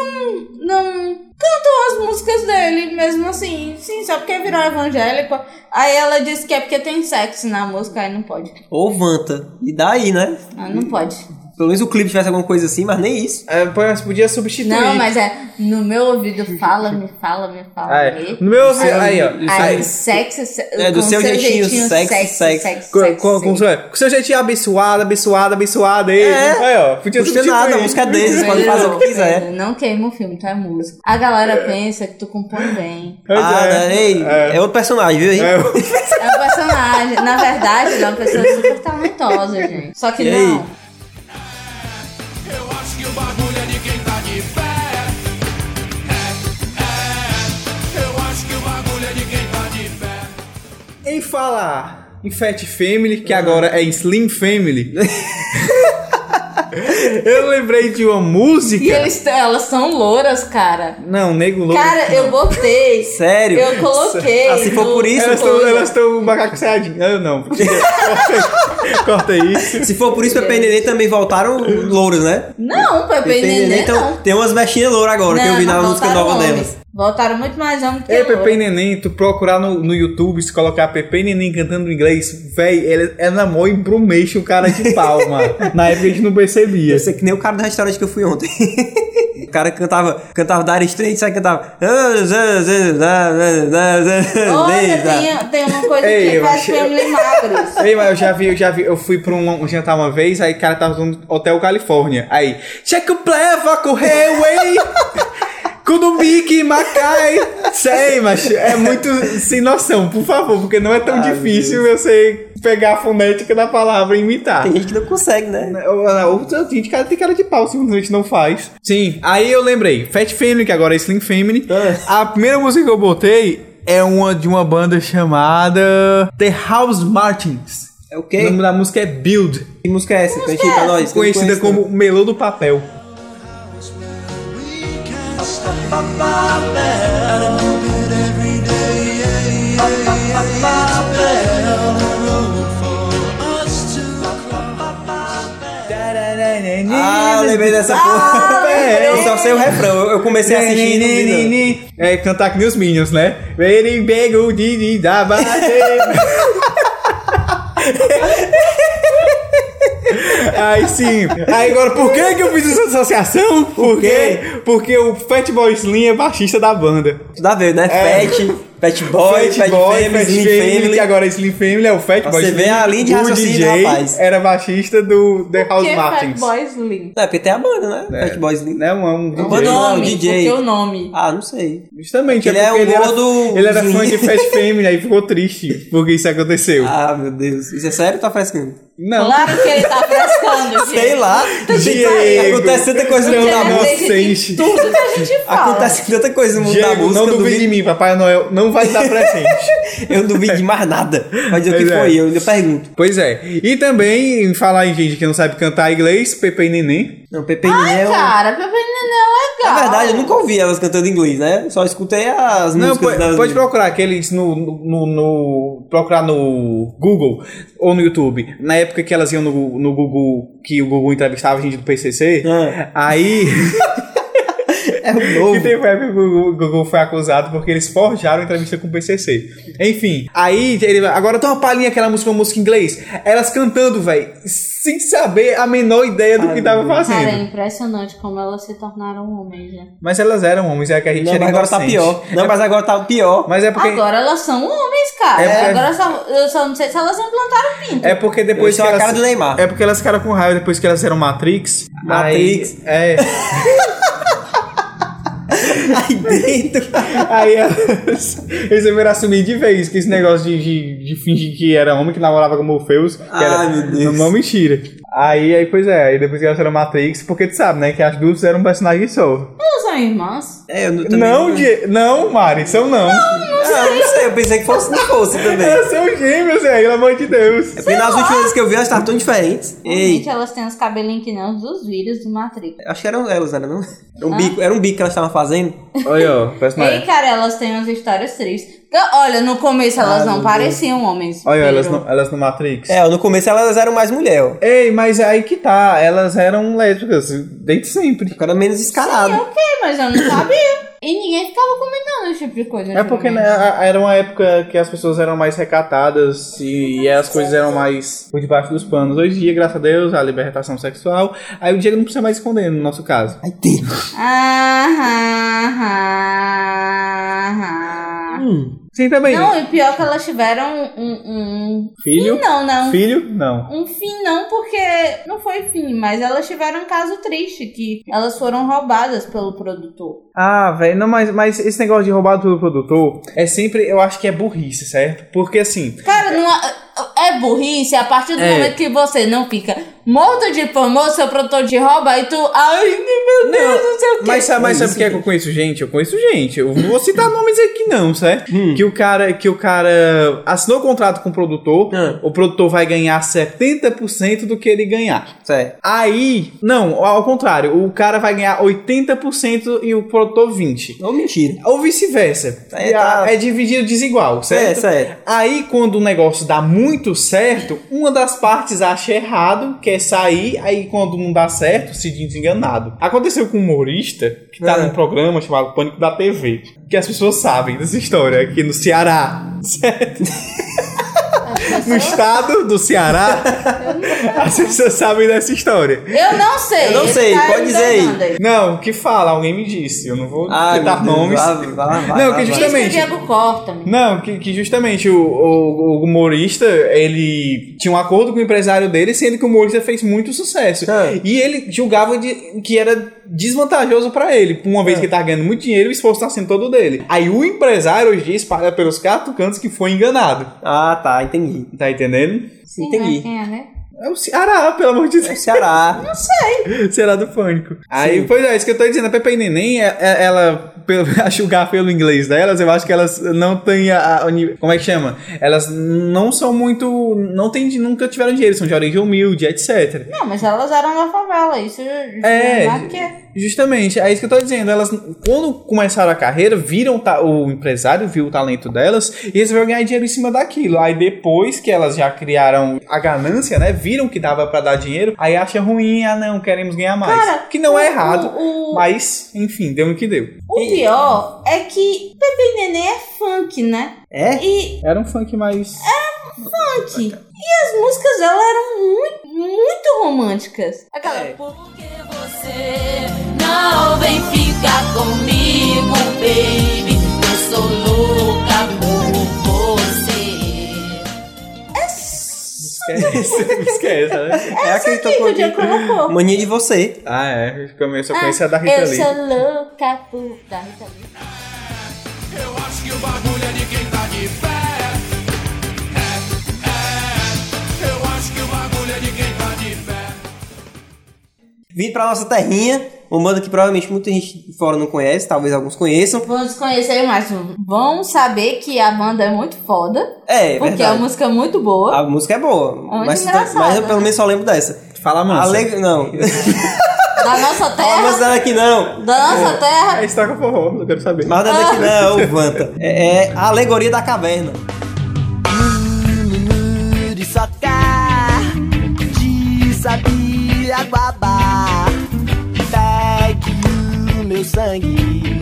A: não, não cantam as músicas dele mesmo assim? Sim, só porque virou evangélico. Aí ela disse que é porque tem sexo na música, aí não pode.
C: Ou Vanta. E daí, né?
A: Ah, não pode.
C: Pelo menos o clipe tivesse alguma coisa assim, mas nem isso.
B: É, mas podia substituir.
A: Não, mas é no meu ouvido fala, me fala, me fala.
B: Ah, é.
A: aí.
B: No meu,
A: Aí,
B: aí, ó.
A: aí,
B: Aí,
A: sexo, se-
C: É, do
A: com
C: seu jeitinho, sexo, sexo.
B: com, com, com, com seu jeitinho abençoado, abençoado, abençoado aí. Aí, ó. Podia
C: É. Não custa
B: substituir.
C: nada, a música é deles,
A: Mas
C: podem fazer o
A: não,
C: que quiser.
A: Não queima o filme, tu é músico. A
B: É.
A: galera pensa que tu compõe bem.
B: Pois
C: Ah, né? Ei, é. outro personagem, viu aí?
B: É, eu-
A: É um personagem. Na verdade, ela é uma pessoa super talentosa, gente. Só que
C: E
A: não.
C: aí?
D: Eu acho que o bagulho é de quem tá de pé. É, é. Eu acho que o bagulho é de quem tá de pé.
B: Em falar em Fat Family, que agora é Slim Family. eu lembrei de uma música.
A: E eles, elas são louras, cara.
B: Não, nego louco.
A: Cara, eu botei.
C: Sério?
A: Eu coloquei.
C: Ah, se for
A: no-
C: por isso,
B: elas
A: no
B: estão
A: coisa.
B: elas estão macaco saiadinho. Ah, não. Corta aí. Corta isso.
C: Se for por isso, Pepe e Nenê também voltaram louros, né?
A: Não, Pepe e
C: e
A: Nenê
C: então,
A: não.
C: tem umas mexinhas louras agora que eu vi na
A: mas
C: música
A: voltaram
C: nova
A: homens.
C: delas.
A: Voltaram muito mais homens que
B: É,
A: loura.
B: Pepe e Neném, tu procurar no, no YouTube, se colocar Pepe e Neném cantando em inglês, véi, ela, ela mó embrumecha o cara de palma. Na época a gente não percebia.
C: Isso é que nem o cara do restaurante que eu fui ontem. o cara cantava, cantava Dire Straits, aí cantava. "Ah,
A: Olha, tem, um- tem uma coisa
B: Ei,
A: que
B: eu
A: faz
B: achei-
A: Family Magros.
B: Ei, mas eu já vi, eu já vi, eu fui pra um, um jantar uma vez, aí o cara tava no Hotel Califórnia. Aí, check o pleva, correu, ei! Quando Big Macai! Sei, mas é muito sem noção, por favor, porque não é tão difícil eu sei pegar a fonética da palavra e imitar.
C: Tem gente que não consegue, né?
B: É Outra gente, cara, tem cara de pau, simplesmente não faz. Sim, aí eu lembrei, Fat Family, que agora é Slim Family.
C: Ah.
B: A primeira música que eu botei é uma de uma banda chamada The House Martins.
C: É o
B: O
C: quê?
B: nome da música é Build,
C: Que música é essa? Cante aí pra nós. que eu não
B: conhecida
C: conheço, não.
B: como Melô do Papel.
D: Papel. But every day, yeah, yeah.
B: Ah,
C: Ah, essa
A: Ah,
C: porra. eu só sei o refrão. Eu, eu comecei a
B: Né,
C: assistir. e não vi, não.
B: Ni-ni-ni-ni-ni. tá É cantar que nem os Minions, né? Ele pega o Didi da base. Aí sim. Aí né. agora, por que, que eu fiz essa associação? Por quê? Porque o Fatboy Slim é baixista da banda.
C: Tudo a ver, né?
B: É.
C: Pet, Pet Boy, Pet, Family, Slim Family.
B: que agora é Slim Family, é o Fatboy
C: Você
B: Slim.
C: vê a linha de
B: o
C: raciocínio,
B: DJ
C: rapaz.
B: era baixista do The House
A: é
G: Porque Fat
B: Martins.
G: Boys Link.
C: É, porque tem a banda, né? Pet Boy Slim.
B: Né, um, um DJ.
C: banda não,
G: nome,
C: DJ.
G: Porque o nome.
C: Ah, não sei.
B: Justamente,
C: Ele é
B: porque
C: o gordo
B: era, ele era fã
C: Slim.
B: de Fat Family, aí ficou triste porque isso aconteceu.
C: Ah, meu Deus. Isso é sério ou tá frescando?
B: Não.
G: Claro que ele tá frescando, gente.
C: Sei lá.
B: Diego.
C: Acontece tanta coisa no
B: Não,
C: mundo da
G: Ele
B: não.
C: música.
G: acredita
B: inocente.
G: em Tudo que a gente fala.
C: Acontece tanta coisa no mundo da
B: Diego,
C: música.
B: não
C: eu
B: duvide de mim, Papai Noel não vai dar presente.
C: Eu não duvido de mais nada. Mas o que
B: Pois é.
C: foi? Eu ainda pergunto.
B: pois é. E também, em falar em gente que não sabe cantar inglês, Pepe e Neném.
C: Não, Pepe Neném é um-
A: Ah, Cara, Pepe Neném é
C: Na
A: legal.
C: verdade, eu nunca ouvi elas cantando inglês, né? Só escutei as
B: Não,
C: músicas
B: pode,
C: das...
B: pode procurar aqueles no, no, no- Procurar no Google ou no YouTube. Na época que elas iam no, no Google, que o Google entrevistava a gente do PCC,
C: Ah.
B: aí.
C: É o
B: E
C: novo.
B: teve época que o Google foi acusado porque eles forjaram a entrevista com o PCC. Enfim, aí ele agora tem uma palhinha aquela música, uma música em inglês. Elas cantando, velho, sem saber a menor ideia do que tava
A: Cara, é
B: fazendo.
A: impressionante como elas se tornaram homens, né?
B: Mas elas eram homens, é que a gente
C: Não,
B: era
C: mas agora tá
B: inocente.
C: pior. Não, mas agora tá pior.
B: Mas é porque
A: Agora elas são homens, cara.
B: É porque-
A: Agora só, eu só não sei se elas implantaram pinto.
B: é porque depois
C: Depois
B: que
C: é a
B: elas
C: cara do Neymar.
B: é porque elas ficaram com raiva depois que elas eram Matrix.
C: Matrix.
B: Aí, é.
C: Aí dentro.
B: Aí elas resolveram assumir de vez que esse negócio de, de, de fingir que era homem que namorava com Morpheus, que
C: Ai,
B: era
C: meu Deus.
B: uma mentira. Aí, aí, pois é, aí depois que elas eram Matrix, porque tu sabe, né, que as duas eram um personagem só.
A: Elas são irmãs.
C: É, eu não, também
B: Não, Die- não, Mari, são não.
C: Ah, eu não sei, eu pensei que fosse não fosse também. É
B: Elas são gêmeos, velho, pelo amor de Deus.
C: porque nas últimas vezes que eu vi, elas estavam tão diferentes. Ei,
A: Gente, elas têm os cabelinhos que não os dos vírus do Matrix.
C: acho que eram elas, era não?
A: Ah.
C: Era um bico, era um bico que elas estavam fazendo.
B: Olha, ó,
A: Ei, cara, elas têm umas histórias tristes. Eu- Olha, no começo elas
C: Ah,
A: não
C: meu
A: pareciam homens.
B: Olha, elas
A: viram?
B: no, elas no Matrix.
C: É, no começo elas eram mais mulher, ó.
B: Ei, mas aí que tá, elas eram lésbicas, desde sempre.
C: Agora Tipo, menos escarado.
A: É, mas eu não sabia. E ninguém ficava comentando esse tipo de coisa.
B: É porque né,
A: antigamente.
B: a- a- era uma época que as pessoas eram mais recatadas e, e as coisas eram mais por debaixo dos panos. Hoje em dia, graças a Deus, a libertação sexual. Aí o Diego não precisa mais esconder, no nosso caso.
C: Aí dentro.
A: Ah, ah, ah, ah.
C: Hum.
B: Sim, também.
A: Não, e pior é que elas tiveram um. um, um...
B: Filho?
A: Não, não.
B: Filho? Não.
A: Um fim não, porque não foi fim, mas elas tiveram um caso triste, que elas foram roubadas pelo produtor.
B: Ah, velho, não, mas, mas esse negócio de roubado pelo produtor é sempre, eu acho que é burrice, certo? Porque assim,
A: Cara, não há- é burrice a partir do
B: É.
A: momento que você não fica morto de famoso, seu produtor te rouba e tu. Ai, meu Deus, não, sei o quê.
B: Mas, sabe- mas sabe
C: Isso
B: por que, é que eu conheço gente? Eu conheço gente. Eu não vou citar nomes aqui, não, certo? Que, o cara, que o cara assinou o contrato com o produtor,
C: Hum.
B: o produtor vai ganhar 70% do que ele ganhar.
C: Certo.
B: Aí, não, ao contrário, o cara vai ganhar 80% e o produtor 20%.
C: Ou mentira.
B: Ou vice-versa.
C: É,
B: E a-
C: tá.
B: É dividido desigual, certo?
C: Certo, certo.
B: Aí, quando o negócio dá muito certo, uma das partes acha errado, quer sair, aí quando não dá certo, se diz enganado. Aconteceu com um humorista que tá
C: É.
B: num programa chamado Pânico da TV, que as pessoas sabem dessa história aqui no Ceará. Certo? No estado do Ceará, as pessoas sabem dessa história.
A: Eu não sei. tá
C: Eu não
A: esse
C: sei,
A: cara
C: pode
A: me
C: dizer aí.
A: doidando
B: Não, o que fala? Alguém me disse. Eu não vou
C: Ai, meu
B: citar
C: Deus, ah,
B: nomes.
C: vai, vai, vai,
B: tá Não,
C: vai,
B: que
A: Por
C: vai.
A: isso que o
B: justamente.
A: Diego corta, me.
B: Não, que, que justamente o, o- o humorista, ele tinha um acordo com o empresário dele, sendo que o humorista fez muito sucesso.
C: É.
B: E ele julgava de- que era desvantajoso pra ele, uma
C: É.
B: vez que tá ganhando muito dinheiro, o esforço tá sendo todo dele. Aí o empresário hoje dia espalha pelos quatro cantos que foi enganado.
C: Ah, tá, entendi.
B: Tá entendendo?
A: Sim,
C: entendi.
A: mas quem é, né?
B: É o Ceará, pelo amor de Deus.
C: É o Ceará.
B: Ceará do Pânico. Aí, pois é, isso que eu tô dizendo. A Pepe e Neném, é- é- ela, pelo- a julgar pelo inglês delas, eu acho que elas não têm a, a uni- Como é que chama? Elas não são muito. Não tem, nunca tiveram dinheiro, são de origem humilde, etc.
A: Não, mas elas eram da favela, isso já- já
B: É.
A: não é que é.
B: Justamente, é isso que eu tô dizendo. Elas, quando começaram a carreira, viram ta- o empresário, viu o talento delas e resolveram ganhar dinheiro em cima daquilo. Aí depois que elas já criaram a ganância, né? Viram que dava pra dar dinheiro, aí acha ruim, ah não, queremos ganhar mais.
A: Cara,
B: que não é
A: o-
B: errado,
A: o-
B: mas enfim, deu no que deu.
A: O pior é que Pepe e Nenê é funk, né?
C: É?
A: E
B: Era um funk mais.
A: funk. E as músicas dela eram muito, muito românticas. Aquela.
B: É,
G: Porque você não vem ficar comigo, baby. Eu sou louca por você.
H: É.
B: Esquece, esquece, né?
C: É, aquele
A: Quem que o Diego
C: tocou
A: colocou?
C: aqui. Mania de você.
B: Ah, é. Eu só conhecia a
A: "Ah,
B: da Rita
H: Eu
B: Lee.
H: sou louca por da Rita Lee.
D: Eu acho que o bagulho é de quem tá de pé. É, é. Eu acho que o bagulho é de quem tá de pé.
C: Vim pra nossa terrinha, uma banda que provavelmente muita gente de fora não conhece, talvez alguns conheçam.
A: Vamos conhecer mais. um. Vão saber que a banda é muito foda.
C: É, é
A: porque é
C: verdade.
A: uma música muito boa.
C: A música é boa,
A: muito
C: mas,
A: engraçada.
C: mas eu pelo menos só lembro dessa.
B: Fala, mano.
C: Alegre, não.
A: Da nossa
C: Fala mais
A: terra.
C: dela aqui não.
A: Da nossa terra.
B: É estoca forró, não quero saber.
C: Mas dela aqui não, Vanta. É, é a alegoria da caverna.
D: de socar, de sabia guabá. Pegue o meu sangue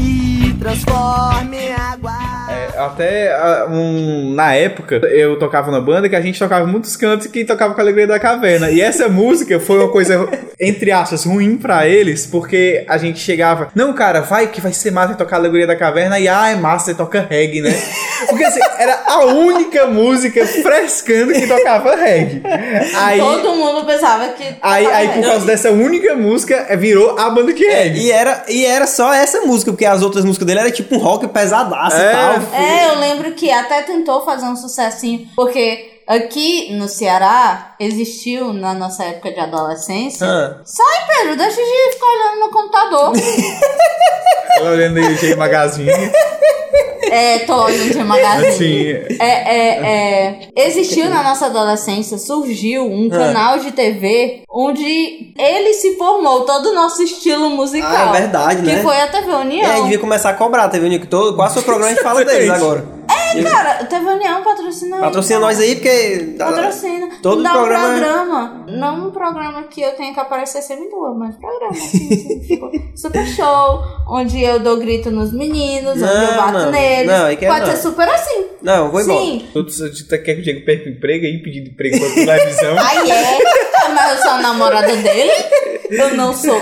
D: e transforme em água.
B: É, Até ah, um, na época eu tocava na banda que a gente tocava muitos cantos que tocava com a Alegria da Caverna. E essa música foi uma coisa, entre aspas, ruim pra eles, porque a gente chegava, não, cara, vai que vai ser massa você tocar a Alegria da Caverna e ah, é massa, você toca reggae, né? Porque assim, era a única música frescando que tocava reggae. Aí,
A: Todo mundo pensava que.
B: aí, aí por causa dessa única música, eh, virou a banda que reggae.
C: É, E era, e era só essa música, porque as outras músicas dele era tipo um rock pesadaço
B: É.
C: e tal.
A: É, eu lembro que até tentou fazer um sucessinho, porque aqui no Ceará existiu, na nossa época de adolescência.
C: Ah.
A: Sai, Pedro, deixa de ficar olhando no computador.
B: Ela olhando aí o J Magazine,
A: é, tô olhando de magazine.
B: assim,
A: É, é, é. Existiu na nossa adolescência, surgiu
C: Ah.
A: um canal de TV onde ele se formou, todo o nosso estilo musical.
C: Ah, é verdade,
A: Que
C: né?
A: foi a TV
C: E aí
A: União.
C: devia começar a cobrar, tá vendo? Que todo, quase o programa a gente fala deles agora.
A: Cara, TV União patrocina aí,
C: Patrocina
A: cara.
C: nós aí, porque.
A: Patrocina.
C: Tá Todo
A: Dá
C: programa- é-
A: um programa. Não um programa que eu tenho que aparecer sempre nua, mas programa. Assim, assim, tipo, super show. Onde eu dou grito nos meninos, onde eu
C: Não,
A: bato
C: não.
A: neles.
C: Não, aí que é
A: Pode
C: não.
A: ser super assim.
C: Não, vou embora.
A: Sim.
B: Todos quer que o Diego perca o emprego e pedir emprego pra televisão.
A: Aí é. Mas eu sou a namorada dele. Eu não sou.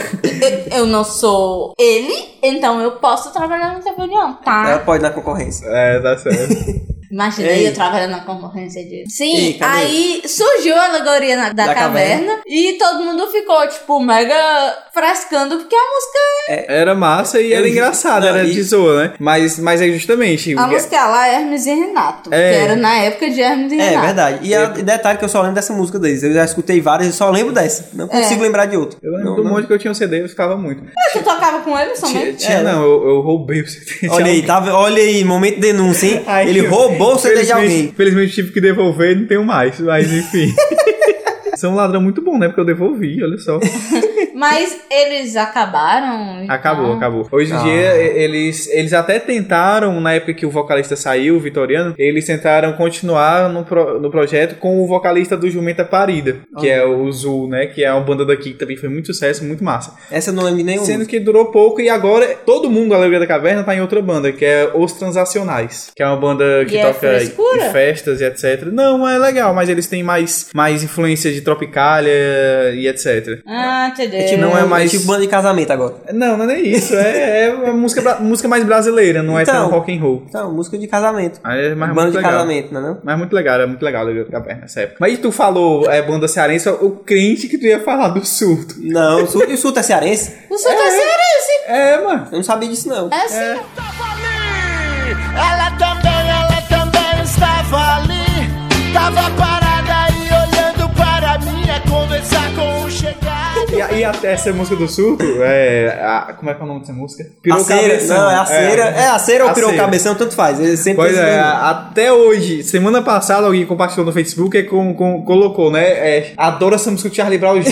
A: Eu, eu não sou ele. Então eu posso trabalhar na TV União,
C: Ela
A: tá?
C: pode na concorrência.
B: é, dá certo.
A: Imagina
C: Ei.
A: eu trabalhando na concorrência de. Sim,
C: Ei, cadê?
A: aí surgiu a alegoria na- da,
C: Da
A: caverna,
C: caverna.
A: e todo mundo ficou, tipo, mega frascando, porque a música, é-
B: Era massa e era
C: Eu-
B: engraçado,
C: não,
B: era
C: e-
B: de zoa, né? Mas, mas é justamente.
A: a música lá é Hermes e Renato.
B: É.
A: Que era na época de Hermes e
C: É,
A: Renato.
C: verdade. E a, e detalhe que eu só lembro dessa música deles. Eu já escutei várias e só lembro dessa. Não consigo lembrar de outra.
B: Eu lembro
C: Não,
B: do
C: não.
B: monte que eu tinha o CD e eu ficava muito.
A: Tu tocava com eles também?
B: Tinha,
C: É.
B: não, eu, eu roubei o CD. de
C: Olha aí,
B: alguém.
C: tá, olha aí, momento de denúncia, hein?
B: Ai,
C: Ele
B: eu-
C: roubou o CD de
B: felizmente-
C: alguém.
B: Felizmente tive que devolver e não tenho mais, mas enfim. São um ladrão muito bom, né? Porque eu devolvi, olha só.
A: Mas eles acabaram. então- tá.
B: Acabou, acabou. Hoje em
C: Ah.
B: dia, e- eles, eles até tentaram, na época que o vocalista saiu, o Vitoriano, eles tentaram continuar no, pro- no projeto com o vocalista do Jumenta Parida, que é o Zul, né? Que é uma banda daqui que também foi muito sucesso, muito massa.
C: Essa eu não lembro de
A: É um
C: nenhuma.
B: Sendo que durou pouco e agora todo mundo da Alegria da Caverna tá em outra banda, que é Os Transacionais, que é uma banda que
A: E é
B: toca
A: frescura?
B: em festas e etc. Não, é legal, mas eles têm mais, mais influência de Tropicália e etc.
A: Ah, entendeu.
C: É tipo-
B: não é mais-
C: tipo banda de casamento agora.
B: Não, não é nem isso. É, é uma música, bra- música mais brasileira, não é tão
C: Então.
B: rock and roll.
C: Então, música de casamento.
B: Aí é mais
C: banda
B: muito
C: de
B: legal.
C: casamento, não é não?
B: Mas muito legal, era muito legal Alegria da Caverna nessa época. Mas tu falou é, banda cearense, o crente que tu ia falar do surto.
C: Não, o Sul, e o Sul é cearense?
A: O Santa
B: É, mano.
C: Eu não sabia disso, não.
A: é assim.
D: estava ali. Ela também, ela também estava ali. Tava parada e olhando para mim. É conversar com o chegado.
B: E, a- e até essa música do surto, é. a- como é que é o nome dessa música?
C: a cera,
B: Cabeção.
C: não, é a cera. É, a cera ou
B: A
C: pirou
B: cera.
C: cabeção, tanto faz. Ele sempre
B: Pois
C: tem
B: é,
C: esse nome.
B: a- até hoje, semana passada alguém compartilhou no Facebook e é, com, com- colocou, né? É, Adoro essa música do Charlie Brown Jr.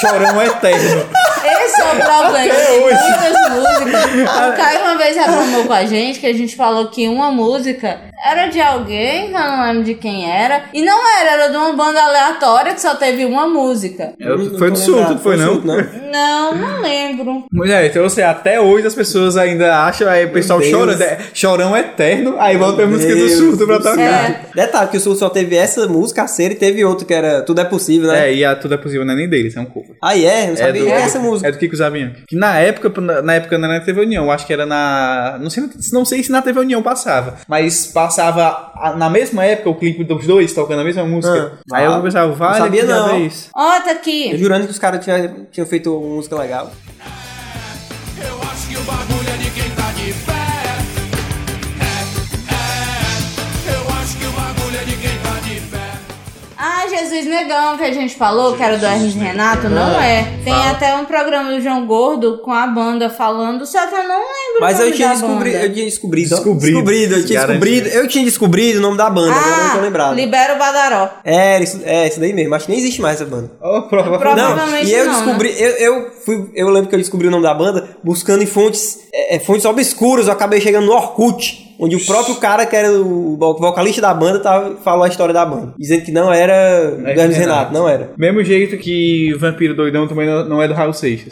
B: Chorão Eterno.
A: Esse é o problema
I: Até
A: de
I: hoje.
A: muitas músicas. O Caio uma vez reclamou com a gente que a gente falou que uma música era de alguém, que eu não lembro de quem era. E não era, era de uma banda aleatória que só teve uma música.
C: Não
B: Foi
C: tô
B: do sul,
C: lembrado,
B: não foi não?
C: surto, não?
A: Não, não lembro.
B: Mulher, então você até hoje as pessoas ainda acham, aí o pessoal
C: Deus.
B: chorando, é, chorão eterno, aí volta a É música do
C: Deus
B: surto pra
C: do
B: tocar.
A: É.
C: Detalhe, que o Sul só teve essa música, a cera, e teve outra que era Tudo é Possível,
B: É,
C: né?
B: e a Tudo é Possível não é nem deles, é um cover.
C: Aí é, eu não
B: É
C: sabia
B: do,
C: que era essa música.
B: é do Kiko Zabianchi. Que na época, na, na época não era na TV União, eu acho que era na. Não sei, não sei se na TV União passava, mas passava a- na mesma época o clipe dos dois tocando a mesma música.
C: Ah,
B: aí eu
C: vale.
B: pensava, vale,
C: Não sabia
B: que diabo
C: não.
B: é isso?
A: Ó, tá
C: Eu
A: aqui.
C: jurando que os caras tinham tinham feito uma música legal.
D: Eu acho que o bagulho é de quem tá de pé. É, é. Eu acho que o bagulho é de quem tá de pé.
A: Ah, Jesus Negão, que a gente falou, que era do Hermes Renato,
C: Ah,
A: não é. Tem até um programa do João Gordo com a banda falando, só que eu não lembro
C: Mas
A: é o
C: é
A: nome
C: eu tinha
A: da
C: descobrido.
A: banda.
C: Eu tinha descobrido.
B: Descobrido.
C: Descobrido, eu tinha
B: Garantido.
C: descobrido. Eu tinha descobrido o nome da banda, agora eu não tô
A: Ah,
C: lembrado.
A: libera o Badaró.
C: É, isso, é, isso daí mesmo. Acho que nem existe mais essa banda.
B: Oh, prova-
A: Provavelmente
C: e eu
A: não, né?
C: descobri, eu, eu fui, eu lembro que eu descobri o nome da banda buscando em fontes, é, é, fontes obscuras, eu acabei chegando no Orkut, onde o próprio cara que era o vo- vocalista da banda tava, falou a história da banda, dizendo que não
B: É
C: era do Hermes Renato, não era.
B: Mesmo jeito que Vampiro Doidão também não, não é do Raul Seixas.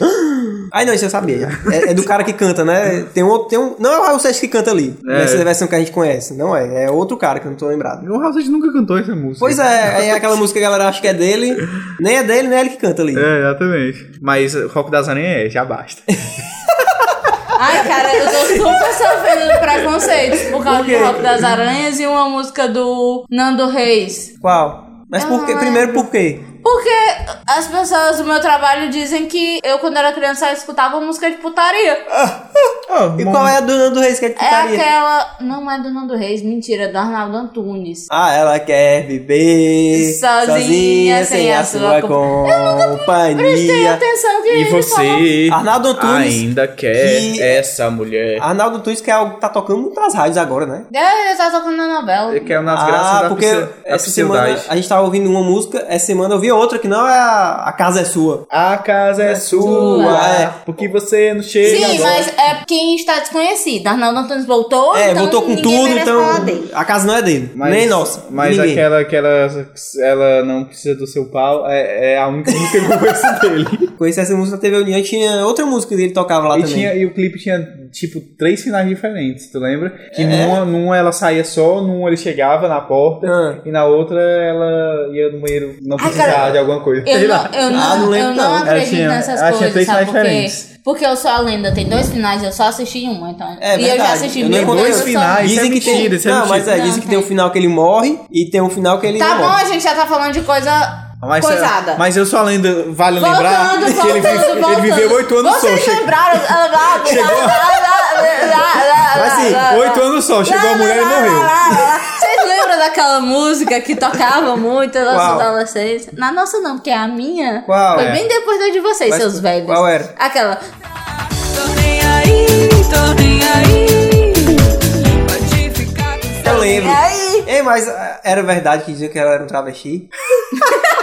C: Ai não, isso eu sabia. É, é do cara que canta, né? Tem um outro, tem um, não é o Raul Seixas que canta ali,
B: É.
C: nessa versão que a gente conhece, não é, é outro cara que eu não tô lembrado.
B: o Raul Seixas nunca cantou essa música.
C: Pois é, aí é aquela música que a galera acha que é dele, nem é dele, nem é ele que canta ali.
B: É, exatamente. Mas o Rock das Aranhas é, já basta.
A: Ai, cara, eu tô super sofrendo preconceitos por causa do Rock das Aranhas e uma música do Nando Reis.
C: Qual? Mas por
A: é.
C: quê? Primeiro por quê?
A: Porque as pessoas do meu trabalho dizem que eu, quando era criança, só escutava música de putaria.
C: E qual é a do Nando Reis que é de
A: É
C: putaria?
A: aquela. Não é do Nando Reis, mentira, é do Arnaldo Antunes.
C: Ah, ela quer viver
A: Sozinha,
C: sozinha, sem a sua
A: Prestei
C: companhia.
A: atenção que
I: E
A: ele falou.
I: você
C: Arnaldo Antunes.
I: ainda quer
C: que-
I: essa mulher.
C: Arnaldo Antunes, que é algo que tá tocando muito nas rádios agora, né?
A: É, ele tá tocando na novela.
B: Que é nas graças
C: ah,
B: da
C: porque
B: pse- da
C: essa semana
B: pseudagem.
C: a gente tava ouvindo uma música, essa semana eu vi outra que não é a, a Casa é Sua.
B: A casa é
A: Sua,
B: sua,
C: é.
B: porque você não chega
A: Sim,
B: agora.
A: mas é quem está desconhecido. Arnaldo Antunes voltou,
C: é,
A: então
C: voltou com
A: ninguém
C: tudo,
A: merece
C: então
A: falar dele.
C: a casa não é dele.
B: Mas-
C: nem nossa.
B: Mas
C: ninguém.
B: aquela que ela, ela não precisa do seu pau é, é a única música que eu conheço dele.
C: Conheci essa música na TV União, tinha outra música que ele tocava lá
B: E,
C: também.
B: tinha, e o clipe tinha, tipo, três finais diferentes, tu lembra?
C: É.
B: Que numa, numa ela saía só, numa ele chegava na porta,
C: Ah.
B: e na outra ela ia no banheiro não
A: Ai,
B: precisava
A: cara,
B: de alguma coisa.
A: Eu
B: Sei
A: não,
B: lá.
A: eu não,
C: Ah, não lembro
A: eu não
C: não.
B: Ela
A: acredito
B: tinha-
A: nessas
B: ela tinha
A: coisas,
B: três
A: sabe
B: finais
A: por quê?
B: diferentes.
A: Porque eu sou a lenda, tem dois finais, eu só assisti um, então.
C: É
A: e eu já
C: verdade.
A: assisti
C: Eu não
A: mil
C: encontrei
A: vezes,
B: dois
A: eu só-
B: finais. Ah, isso é
C: dizem que
B: mentira,
C: tem...
B: isso é
C: Não, mas
B: mentira.
C: é,
A: Não,
C: dizem que
A: tem.
C: tem um final que ele morre e tem um final que ele
A: Tá
C: não
A: bom,
C: morre.
A: a gente já tá falando de coisa
B: Ah, Mas,
A: coisada.
B: mas eu sou a lenda, vale lembrar
A: voltando,
B: que
A: voltando,
B: ele, vive-
A: voltando.
B: ele viveu oito anos só.
A: Vocês
B: Che-
A: lembraram? Ah, lá, lá,
B: Chegou-
A: lá, lá, lá, lá,
B: Mas sim,
A: lá, lá.
B: oito anos só, chegou
A: tá Lá,
B: a
A: lá,
B: mulher e
A: lá,
B: morreu.
A: lá, lá, lá. Vocês lembram daquela música que tocava muito na nossa
C: Qual?
A: adolescência? Na nossa não, porque a minha
C: Qual
A: foi
C: é?
A: bem depois da de vocês,
C: Mas
A: seus velhos.
C: qual era?
A: Aquela.
C: Eu lembro.
A: E aí?
C: Ei, mas ah, era verdade que diziam que ela era um travesti?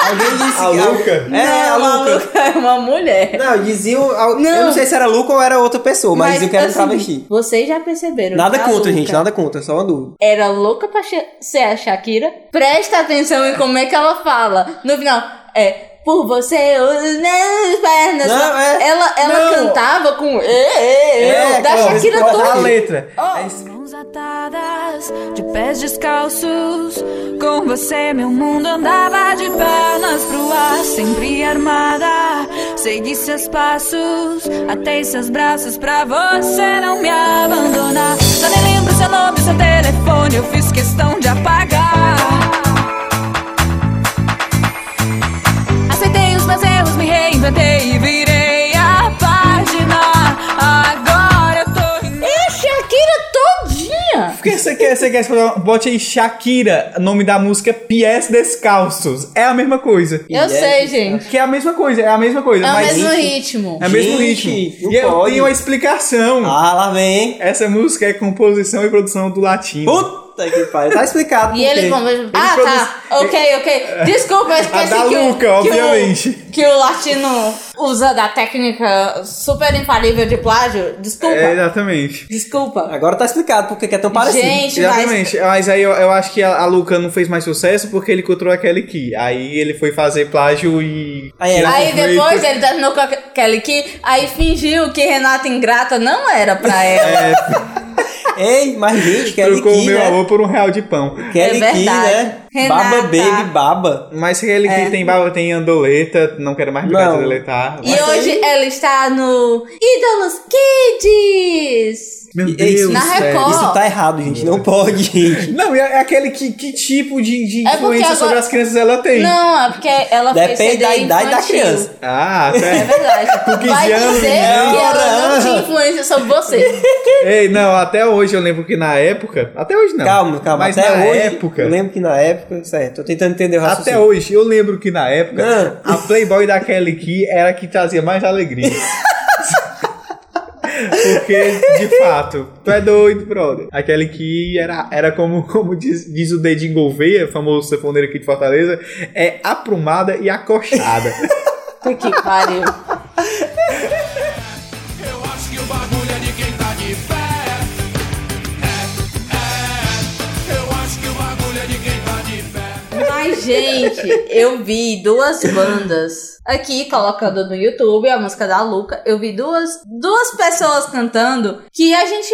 C: Alguém disse
B: A
C: que...
B: Luca?
C: É, a
A: Não,
C: Luca.
A: É uma mulher.
C: Não, diziam... a-
A: Não.
C: Eu não sei se era Luca ou era outra pessoa, mas, diziam que era
A: assim,
C: um travesti.
A: Vocês já perceberam.
C: Nada
A: que a
C: contra,
A: Luca
C: gente, nada contra, só uma dúvida.
A: Era louca pra che- ser a Shakira. Presta atenção em como é que ela fala. No final, é. Por você, eu- nas pernas.
C: Não, é.
A: Ela, ela
C: Não.
A: cantava com. É, é, é, da
C: aquela-
A: Shakira
C: aquela
A: toda.
C: letra.
A: É
G: As mãos atadas, de pés descalços. Com você, meu mundo andava de pernas pro ar, sempre armada. Segui seus passos, atei seus braços pra você não me abandonar. Já nem lembro seu nome, seu telefone, eu fiz questão de apagar. Aceitei os meus erros, me reinventei e virei a página. Agora eu tô em
A: É a Shakira todinha.
B: Por que você quer, você quer esse programa? Bote aí Shakira, nome da música Pies Descalços. É a mesma coisa.
A: Eu sei,
C: né?
A: gente.
B: Que é a mesma coisa, é a mesma coisa.
A: É o
B: mas
A: mesmo ritmo.
B: É o mesmo
C: Gente,
B: ritmo.
C: não
B: E eu
C: pode.
B: tenho uma explicação.
C: Ah, lá vem, hein?
B: Essa música é composição e produção do Latino.
C: Puta Puta que pariu. Tá explicado. por
A: E ele
C: quê.
A: conversa. Ah, tá. Ok,
C: É.
A: ok. Desculpa, eu esqueci
B: da
A: que, o-
B: Luca,
A: que
B: obviamente.
A: O, que o latino usa da técnica super infalível de plágio. Desculpa.
B: É, exatamente.
A: Desculpa.
C: Agora tá explicado porque é tão parecido.
A: Gente, mas.
B: Exatamente. Mas aí eu, eu acho que a, a Luca não fez mais sucesso porque ele encontrou a Kelly Key. Aí ele foi fazer plágio e.
C: Aí ela-
A: Aí depois ele terminou com a Kelly Key, aí fingiu que Renata Ingrata não era pra
C: É,
A: ela.
C: Ei, mas gente, Kelly
B: Trocou o
C: Key,
B: meu
C: né?
B: amor por um real de pão.
C: Kelly
A: É
C: Key, né?
A: verdade.
C: Baba
A: Renata.
C: Baby Baba.
B: Mas se ele
A: É.
B: que tem barba, tem andoleta, não quero mais brigar
C: Não.
B: de tá? deletar.
A: E hoje ela está no Ídolos Kids!
B: Meu
C: E-
B: Deus,
A: na
B: sério.
A: Record.
C: Isso tá errado, gente. Não pode, gente.
B: Não, e é aquele que, que tipo de, de
A: É porque
B: influência
A: agora-
B: sobre as crianças ela tem?
A: Não, é porque ela fez
C: Depende
A: CD
C: da idade da
A: infantil.
C: criança.
B: Ah,
A: É
B: até.
A: verdade.
B: Com 15
A: Vai
B: anos,
A: dizer
B: né?
A: que ela não
C: Ora.
A: tinha influência sobre você.
B: Ei, não, até hoje eu lembro que na época. Até hoje não.
C: Calma, calma.
B: Mas
C: Até
B: na
C: hoje,
B: época.
C: Eu lembro que na época. Certo, tô tentando entender o raciocínio.
B: Até hoje, eu lembro que na época
C: Ah.
B: a Playboy da Kelly Key era a que trazia mais alegria. Porque, de fato, tu é doido, brother. A Kelly Key era, era como, como diz, diz o Dedinho Gouveia, famoso sanfoneiro aqui de Fortaleza, é aprumada e acostada.
A: Porque pariu.
D: Eu acho que o bagulho é de quem tá de pé. É, é. Eu acho que o bagulho é de quem tá de pé.
A: Mas, gente, eu vi duas bandas aqui colocando no YouTube a música da Luca. Eu vi duas, duas pessoas cantando que a gente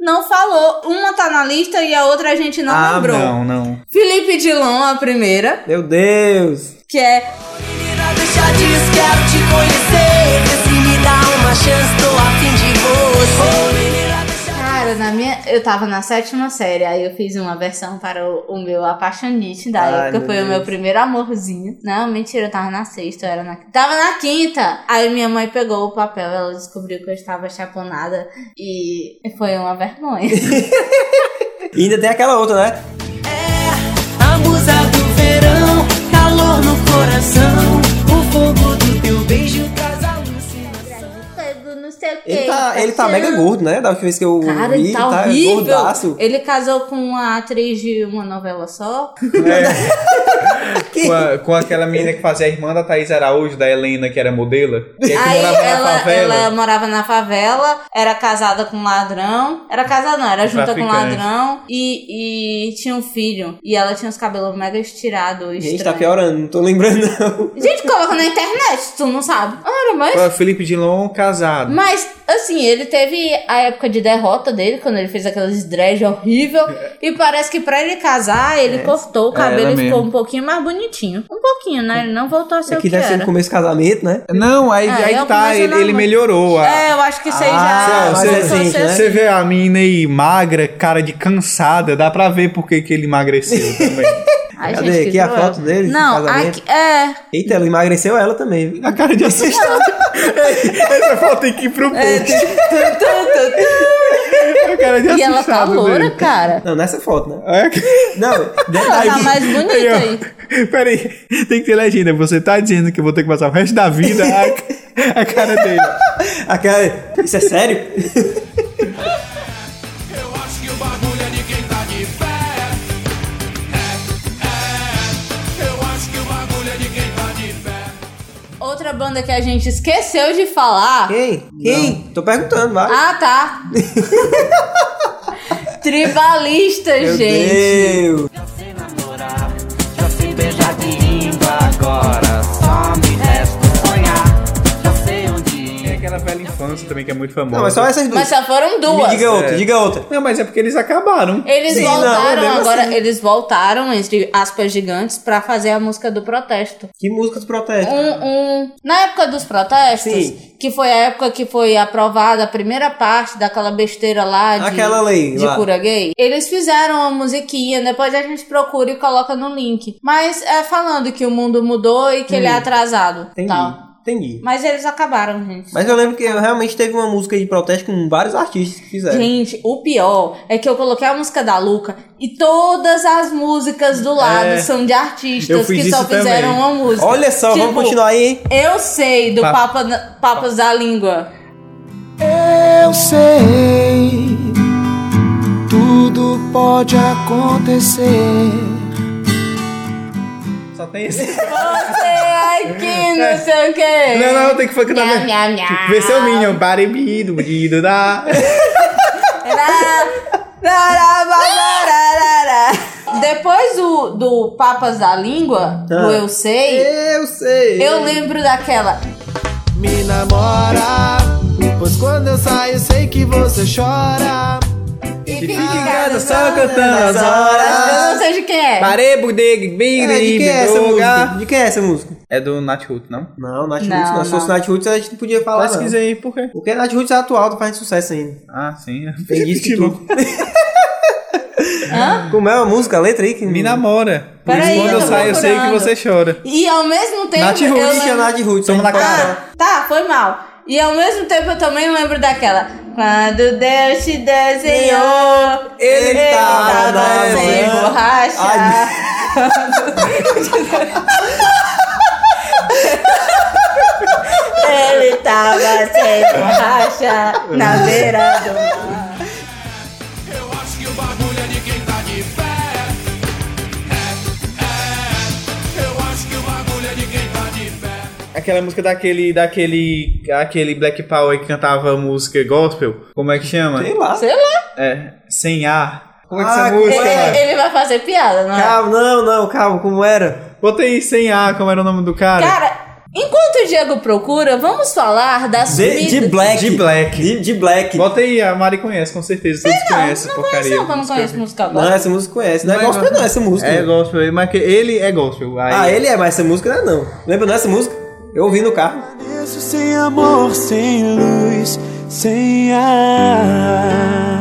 A: não falou. Uma tá na lista e a outra a gente não
B: ah,
A: lembrou.
B: não, não.
A: Felipe Dilon, a primeira,
C: Meu Deus.
A: que é
G: Menina, deixa disso, quero te conhecer. Vê Se me dá uma chance, tô afim de você. Menina, deixa
A: Cara, na minha, eu tava na sétima série, aí eu fiz uma versão para o, o meu apaixonite da
C: Ai,
A: época,
C: meu
A: foi o
C: Deus.
A: meu primeiro amorzinho. Não, mentira, eu tava na sexta, eu era na Tava na quinta! Aí minha mãe pegou o papel, ela descobriu que eu estava chaponada e foi uma vergonha.
C: E ainda tem aquela outra, né?
G: A musa do verão, calor no coração. O fogo do teu beijo traz alucinação.
A: não sei o que.
C: Ele tá, ele tá mega gordo, né? Da última vez que eu
A: Cara,
C: vi,
A: ele tá horrível. É
C: gordaço.
A: Ele casou com uma atriz de uma novela só. É.
C: Que-
B: É. com, a- com aquela menina que fazia a irmã da Thaís Araújo, da Helena, que era modelo. E que
A: Aí
B: morava na
A: ela,
B: favela.
A: ela morava na favela, era casada com um ladrão. Era casada não, era junta com um
B: Traficante.
A: ladrão e, e tinha um filho. E ela tinha os cabelos mega estirados.
C: Gente, tá
A: estranhos.
C: piorando, não tô lembrando, não.
A: Gente, coloca na internet, tu não sabe. Ora, mas.
B: Ó, Felipe Dilon casado.
A: Mas, assim, ele teve a época de derrota dele, quando ele fez aquelas dread horrível. E parece que pra ele casar, ele
C: É.
A: cortou o cabelo
B: era
A: e ficou
B: É, mesmo.
A: um pouquinho mais bonitinho. Um pouquinho, né? Ele não voltou a ser
C: É
A: o que
C: que deve ser no
A: era.
C: começo do casamento, né?
B: Não, aí,
A: Ah,
B: aí
A: eu
B: que tá,
A: começo a
B: ele,
A: dar
B: ele
A: uma-
B: melhorou. a-
A: É, eu acho que isso aí
C: Ah,
A: já.
C: mas
A: voltou a
C: é
A: ser
C: recente, né?
A: assim.
B: Você vê a mina aí magra, cara de cansada, dá pra ver por que que ele emagreceu também.
A: Ai,
C: Cadê?
A: gente, que
C: Aqui é a
A: cruel.
C: foto dele,
A: Não,
C: casamento.
A: aqui, é.
C: Eita, ela emagreceu ela também. viu?
B: a cara de assustado. Essa foto tem que ir pro
A: É.
B: post. a cara de assustado.
A: E ela tá loura,
B: dele. É.
A: cara.
C: Não, nessa foto, né?
B: Olha que-
C: Não,
A: Ela
C: detalhe.
A: tá mais bonita
B: Aí, ó.
A: aí.
B: Peraí, tem que ter legenda. Você tá dizendo que eu vou ter que passar o resto da vida a, a cara dele.
C: Aquela... Isso é sério?
D: Eu acho que o bagulho é de quem tá de pé. É, é. Eu acho que o bagulho é de quem tá de pé.
A: Outra banda que a gente esqueceu de falar.
C: Quem? Quem? Tô perguntando, vai.
A: Ah, tá. Tribalista,
C: Meu
A: gente.
C: Deus.
G: sei namorar, já sei beijar de língua agora. Só me resta sonhar, já sei onde
B: Tem
G: ir.
B: é aquela velha infância também que é muito famosa.
C: Não, mas só essas duas.
A: Mas só foram
C: Me
A: duas.
C: diga outra,
B: É.
C: diga outra.
B: Não, mas é porque eles acabaram.
A: Eles
C: Sim, não, eu
A: voltaram
C: lembro
A: agora,
C: assim.
A: eles voltaram, entre aspas gigantes, pra fazer a música do protesto.
C: Que música tu protege?
A: Um, um- na época dos protestos,
C: Sim.
A: que foi a época que foi aprovada a primeira parte daquela besteira lá de,
C: Aquela lei
A: de
C: lá.
A: cura gay, eles fizeram uma musiquinha, depois a gente procura e coloca no link. Mas é falando que o mundo mudou e que ele é atrasado.
C: Hum. Entendi,
A: Tal.
C: entendi.
A: Mas eles acabaram, gente.
C: Mas eu lembro que eu realmente teve uma música de protesto com vários artistas que fizeram.
A: Gente, o pior é que eu coloquei a música da Luca e todas as músicas do lado
B: É.
A: são de
B: Eu
A: artistas
B: fiz
A: que só
B: isso também.
A: fizeram uma música.
C: Olha só, vamos
A: Tipo,
C: continuar aí, hein?
A: Eu sei do
B: Pa-
A: Papa, Papas da Língua.
D: Eu sei tudo
J: tudo pode acontecer.
B: Só tem esse.
A: Você aqui, não sei o quê.
B: Não, não, tem que tá fazer.
A: Nham, nham, nham.
B: Vê seu Minion. Baribido, budido, dá.
A: Depois do, do Papas da Língua, do
B: Ah.
A: Eu Sei,
C: Eu sei.
A: eu lembro daquela.
J: Me namora, pois quando eu saio sei que você chora.
A: E
B: Fica em casa só cantando as
A: Eu
B: horas.
A: não sei de quem é.
B: Parebo, deg, big,
C: É, de quem é essa música? De quem é essa música?
B: É do Nat Hoot, não?
C: Não, Nath
A: Não,
C: Roots não. Se fosse
A: não.
C: Nath Roots, a gente não podia falar. não.
B: Pesquisa aí, por quê?
C: Porque Nath Roots é atual, tá fazendo sucesso ainda.
B: Ah, sim.
C: Tem isso que tudo.
A: Hã?
C: Como é a música, a letra aí? Que
B: Me namora. Por
A: Peraí,
B: isso quando
A: eu
B: eu
A: tô
B: saio, eu sei que
A: procurando.
B: você chora.
A: E ao mesmo tempo.
B: Nath
A: eu
B: Ruth,
C: Roots é
A: lembro-
C: Nath Roots.
B: Toma
C: né?
B: na cara.
A: Ah, tá, foi mal. E ao mesmo tempo eu também lembro daquela. Quando Deus te desenhou,
C: Ele
A: tava
C: tava
A: sem
C: desenhando.
A: borracha.
C: Ai,
A: Ele tava sem borracha na beira do mar.
D: Eu acho que o bagulho é de quem tá de pé. É, é. Eu acho que o bagulho é de quem tá de pé.
B: Aquela música daquele, daquele, aquele Black Power que cantava música gospel. Como é que chama?
C: Sei lá.
A: Sei lá.
B: É, sem ar. Como é que
C: Ah,
B: essa
C: como
B: música,
A: Ele,
B: cara?
A: ele vai fazer piada, não é?
C: Calma, não, não, calma, como era?
B: Botei sem ar, como era o nome do cara?
A: Cara, enquanto o Diego procura, vamos falar das
C: De, de
A: comidas.
C: Black.
B: De Black.
C: De, de Black.
B: Bota aí, a Mari conhece, com certeza. Vocês
A: Não,
B: conhecem
A: não
B: essa porcaria.
A: conheço, não, que eu não conheço música
C: Não,
A: gospel.
C: essa música conhece. Não, é
B: é
C: gospel, não, essa música.
B: É gospel, mas que ele é gospel. Aí,
C: ah, ele é, mas essa música não é não. Lembra não essa música? Eu ouvi no carro.
J: Isso sem amor, sem luz, sem ar.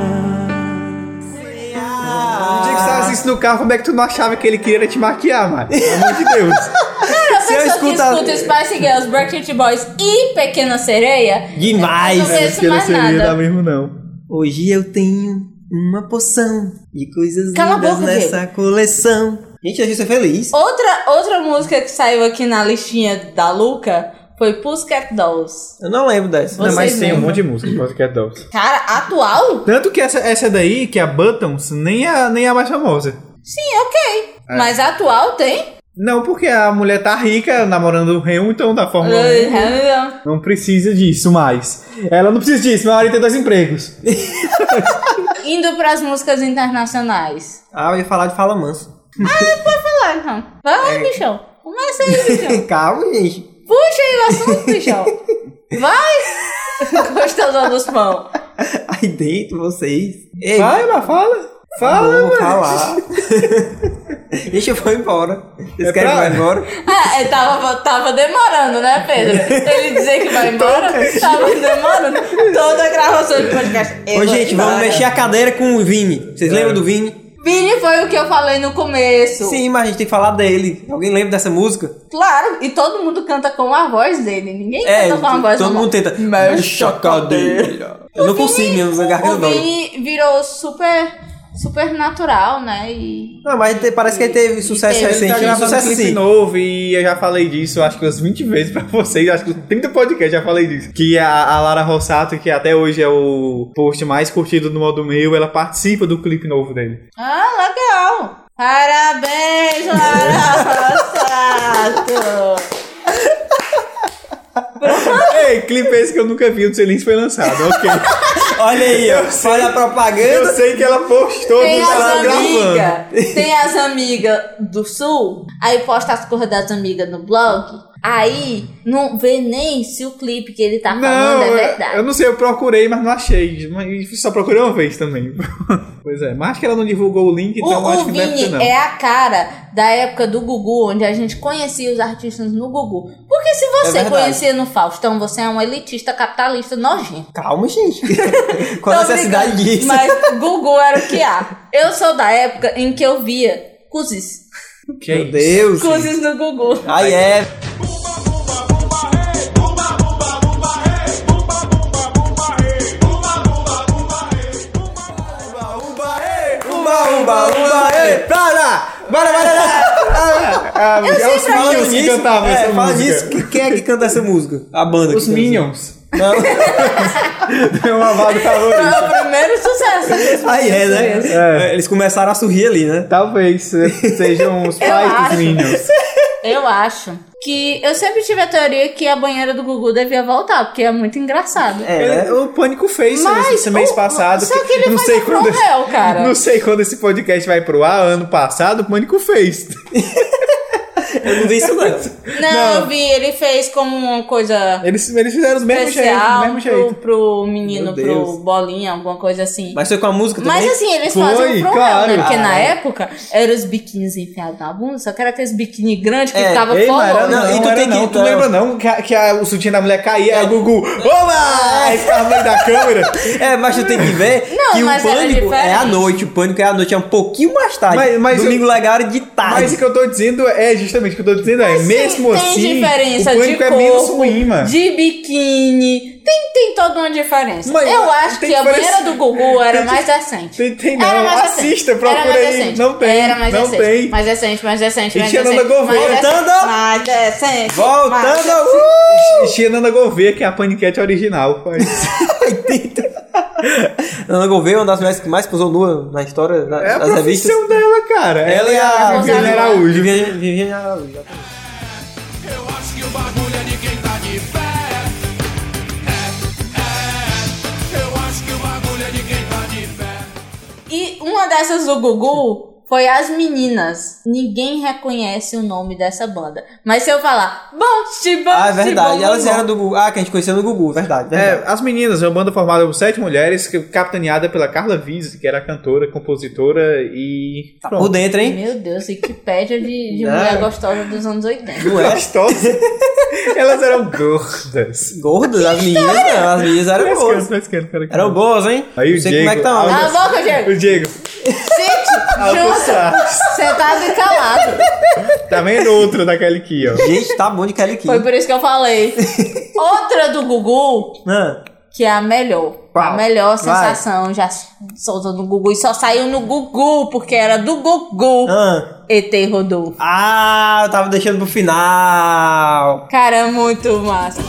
B: O Um dia que você tava assistindo no carro, como é que tu não achava que ele queria te maquiar, Mari? Pelo amor de Deus.
A: Cara,
C: se
A: pessoa
C: eu
A: que
C: escutar-
A: escuta Spice Girls, Bracket Boys e Pequena Sereia,
C: Demais!
A: Eu não conheço mais
B: seria
A: nada.
B: da mesmo, não.
C: Hoje eu tenho uma poção de coisas
A: Cala a
C: lindas
A: boca,
C: nessa coleção. Gente, a gente é feliz.
A: Outra, outra música que saiu aqui na listinha da Luca foi Pussycat Dolls.
C: Eu não lembro dessa.
A: Você-
B: Não, mas
A: Vocês
B: tem um
A: lembram?
B: monte de música, pode que é Dolls.
A: Cara, atual?
B: Tanto que essa, essa daí, que é a Buttons, nem é a, nem é a mais famosa.
A: Sim, ok.
C: É.
A: Mas atual tem?
B: Não, porque a mulher tá rica, namorando o Ren, então da Fórmula 1.
C: É.
B: Não precisa disso mais. Ela não precisa disso, meu marido tem dois empregos.
A: Indo pras músicas internacionais.
C: Ah, eu ia falar de Fala Manso.
A: Vai lá, então. Vai
C: É.
A: lá, bichão. Começa aí, bichão.
C: Calma, gente.
A: Puxa aí o assunto, bichão. Vai! Gostoso dos pão.
C: Aí dentro vocês. Ei,
B: Vai, mas fala. Fala,
C: vou
B: mano.
C: falar. Gente, Ah, eu vou embora. Vocês
B: É
C: querem que
B: pra-
C: eu vá embora?
A: Ah, é, tava, tava demorando, né, Pedro? Ele dizer que vai embora, tava demorando. Toda a gravação de podcast. eu
C: Ô,
A: vou
C: gente, vamos
A: embora.
C: mexer a cadeira com o Vini. Vocês lembram do Vini?
A: Vini foi o que eu falei no começo.
C: Sim, mas a gente tem que falar dele. Alguém lembra dessa música?
A: Claro, e todo mundo canta com a voz dele. Ninguém
C: É,
A: canta com a voz
C: todo
A: normal.
C: mundo tenta. Mexe a cadeira. Eu não consigo mesmo, minha garganta
A: O
C: dói.
A: Vini virou super, super natural, né? E
C: Não, mas te- parece que ele teve sucesso
A: teve.
B: Ele tá
C: recente. né?
B: gravando um
C: sucesso
B: clipe
C: sim.
B: novo e eu já falei disso, acho que umas 20 vezes pra vocês, acho que uns 30 podcasts já falei disso. Que é a, a Lara Rossato, que até hoje é o post mais curtido do modo meu, ela participa do clipe novo dele.
A: Ah, legal! Parabéns, Lara Rossato!
B: Ei, clipe esse que eu nunca vi, não sei nem se foi lançado, ok.
C: Olha aí, ó. Olha a
B: Eu
C: propaganda.
B: sei que ela postou
A: Tem
B: no
A: as
B: ela gravando.
A: amigas, tem as amigas do sul, aí posta as coisas das amigas no blog, aí não vê nem se o clipe que ele tá falando
B: Não,
A: é
B: eu,
A: verdade.
B: eu não sei, eu procurei, mas não achei. Mas Só procurei uma vez também. pois é, mas acho que ela não divulgou o link, então
A: O,
B: acho
A: o
B: que deve ter
A: Vini
B: não.
A: é a cara da época do Gugu, onde a gente conhecia os artistas no Gugu. Porque se você
B: É
C: verdade.
A: conhecia no Faustão, você é um elitista capitalista nojento.
C: Calma, gente. Qual a
A: Tô
C: necessidade
A: brincando,
C: disso?
A: Mas Gugu era o que há. Eu sou da época em que eu via cuzes.
B: Que é
C: Meu
B: isso?
C: Deus.
A: Cuzes no Gugu.
C: Aí é. Umba, umba, umba, ei, pra lá! Bora, bora, lá!
B: Ah, cantava.
C: É
B: os Minions que cantavam
C: é,
B: essa
C: fala
B: música.
C: nisso, que- quem é que canta essa música? A banda.
K: Os Minions.
A: É
B: Deu uma vaga
A: tá
B: favorita.
A: Foi o primeiro sucesso.
C: Aí é, né? Eles começaram a surgir ali, né?
B: Talvez sejam os
A: Eu
B: pais
A: acho.
B: dos Minions.
A: Eu acho que eu sempre tive a teoria que a banheira do Gugu devia voltar, porque é muito engraçado.
C: É, né?
B: O Pânico fez
A: Mas
B: esse mês
A: o-
B: passado.
A: só que ele
B: não
A: faz
B: sei
A: a
B: quando
A: Cromwell, cara.
B: Não sei quando esse podcast vai pro ar. Ano passado, o Pânico fez.
C: Eu não vi isso não.
A: Não, eu vi, ele fez como uma coisa
B: Eles, eles fizeram os mesmos jeitos.
A: especial
B: do mesmo
A: pro,
B: jeito.
A: pro menino,
C: Meu Deus.
A: pro bolinha, alguma coisa assim. Mas,
C: Mas foi com a música também?
A: assim, eles
B: Foi,
A: fazem um problema,
B: claro.
A: né? Porque na
C: Ah.
A: época eram os biquínis enfiados na bunda, só que era aqueles biquíni grandes que
C: É,
A: ficava
B: Ei, Mara,
A: colando.
B: não,
C: Não,
B: e tu,
C: era
B: tem que,
C: não,
B: tu
C: tá.
B: lembra não que, a- que a- o sutiã da mulher caía, aí o Gugu,
A: É.
B: oba! Aí ficava no meio da câmera.
C: É, mas tu tem que ver
A: Não,
C: que o
A: mas era
C: pânico
A: diferente.
C: é à noite. O pânico é à noite, é um pouquinho mais tarde.
B: Mas- mas
C: Domingo legal era de tarde.
B: Mas o que eu tô dizendo é justamente o que eu tô dizendo é,
A: Assim,
B: mesmo
A: tem
B: assim,
A: diferença
B: o pânico
A: de
B: é
A: corpo,
B: menos ruim, mano.
A: de biquíni, tem, tem toda uma diferença.
B: Mas ah,
A: eu
B: tem
A: acho que a
B: diferença-
A: banheira do Gugu era
B: tem
A: mais decente.
B: Tem, tem
A: Era
B: não,
A: mais
B: assista,
A: recente.
B: procura
A: Era mais
B: aí.
A: recente.
B: Não tem,
A: Era mais
B: não
A: recente.
B: tem.
A: Mais recente, mais recente,
B: E
A: mais
B: tinha
A: recente.
B: Nanda Gouveia.
A: mais recente,
C: Voltando.
A: Mais recente. mais-
C: Voltando ao...
B: Xenanda Gouveia, que é a paniquete original.
C: Ana Gouveia é uma das mulheres que mais posou nua na história da-
B: É a
C: das revistas.
B: profissão dela, cara.
C: Ela e a
B: Viviane é Araújo.
C: Viviane- Viviane Araújo.
D: Eu acho que o bagulho é de quem tá de pé. É, é. Eu acho que o bagulho é de quem tá de pé.
A: E uma dessas do Gugu foi As Meninas. Ninguém reconhece o nome dessa banda. Mas se eu falar, bom, te bom,
C: Ah, é
A: te bom,
C: verdade.
A: bom,
C: Elas
A: bom.
C: eram do Gugu. Ah, que a gente conhecia no Gugu, verdade. verdade.
B: É, as meninas, é uma banda formada por sete mulheres, que- capitaneada pela Carla Vise, que era cantora, compositora e.
C: Tá por dentro, hein?
A: Meu Deus, Wikipédia de, de
C: Não.
A: mulher gostosa dos anos 80.
C: Não é?
B: Gostosa. Elas eram gordas.
C: Gordas, as meninas não, as meninas eram boas. Eram boas, hein?
B: Aí o
C: não sei
B: Diego- ah,
C: como é que tá.
A: Cala
C: hoje.
A: a boca, Diego.
B: O Diego,
A: Junta. Sentado e calado.
B: tá vendo outra daquela aqui, ó.
C: Gente, tá bom de Kelly Key.
A: Foi por isso que eu falei. Outra do Gugu
C: Ah,
A: que é a melhor.
C: Qual?
A: A melhor
C: Vai.
A: sensação já soltou no Gugu e só saiu no Gugu porque era do Gugu.
C: ah.
A: ET Rodolfo.
C: ah, eu tava deixando pro final.
A: Cara, é muito massa.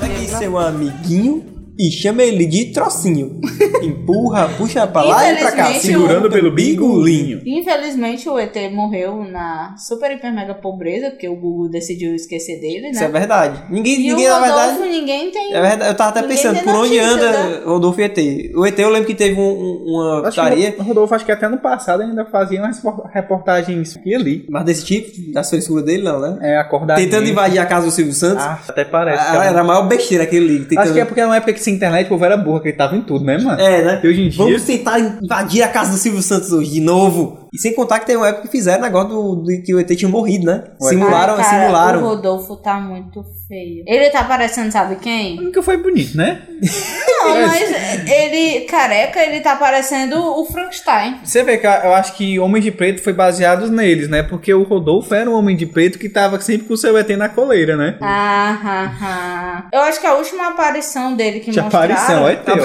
C: Pegue seu amiguinho e chama ele de trocinho. Empurra, puxa pra lá e pra cá,
A: Infelizmente, Né?
C: segurando
B: o-
C: pelo bigolinho.
A: Infelizmente o ET morreu na super hiper mega pobreza porque o Gugu decidiu esquecer dele,
C: Isso é
A: né?
C: verdade. Ninguém,
A: E o
C: ninguém na verdade.
A: Rodolfo ninguém tem.
C: É verdade, eu tava até
A: Ninguém
C: pensando,
A: tem
C: por onde
A: notícia, né?
C: anda Rodolfo e ET? O ET eu lembro que teve um- um- uma
B: Acho que
C: putaria,
B: o Rodolfo, acho que até no passado ainda fazia umas repor- reportagens aqui e ali.
C: mas desse tipo, da frescura dele não, né?
B: É, acordar.
C: Tentando
B: gente.
C: invadir a casa do Silvio Santos.
B: Ah, até parece.
C: Ah,
B: cara.
C: era a maior besteira aquele livro.
B: Acho que é porque na época que sem internet o povo era burro, acreditava em tudo, né, mano?
C: É, né?
B: E hoje em dia.
C: Vamos tentar invadir a casa do Silvio Santos hoje de novo. E sem contar que tem uma época que fizeram negócio do, do que o ET tinha morrido, né?
B: Ué.
C: Simularam,
A: Ai, cara, O
C: simularam.
A: Rodolfo tá muito feio. Ele tá parecendo, sabe quem?
B: Nunca foi bonito, né?
A: Não, Ah, mas ele, careca, ele tá parecendo o Frankenstein.
B: Você vê que eu acho que Homem de Preto foi baseado neles, né? Porque o Rodolfo era um homem de preto que tava sempre com o seu ET na coleira, né?
A: Ah, ah, ah. Eu acho que a última aparição dele que
B: Que
A: mostraram...
B: aparição, é teu.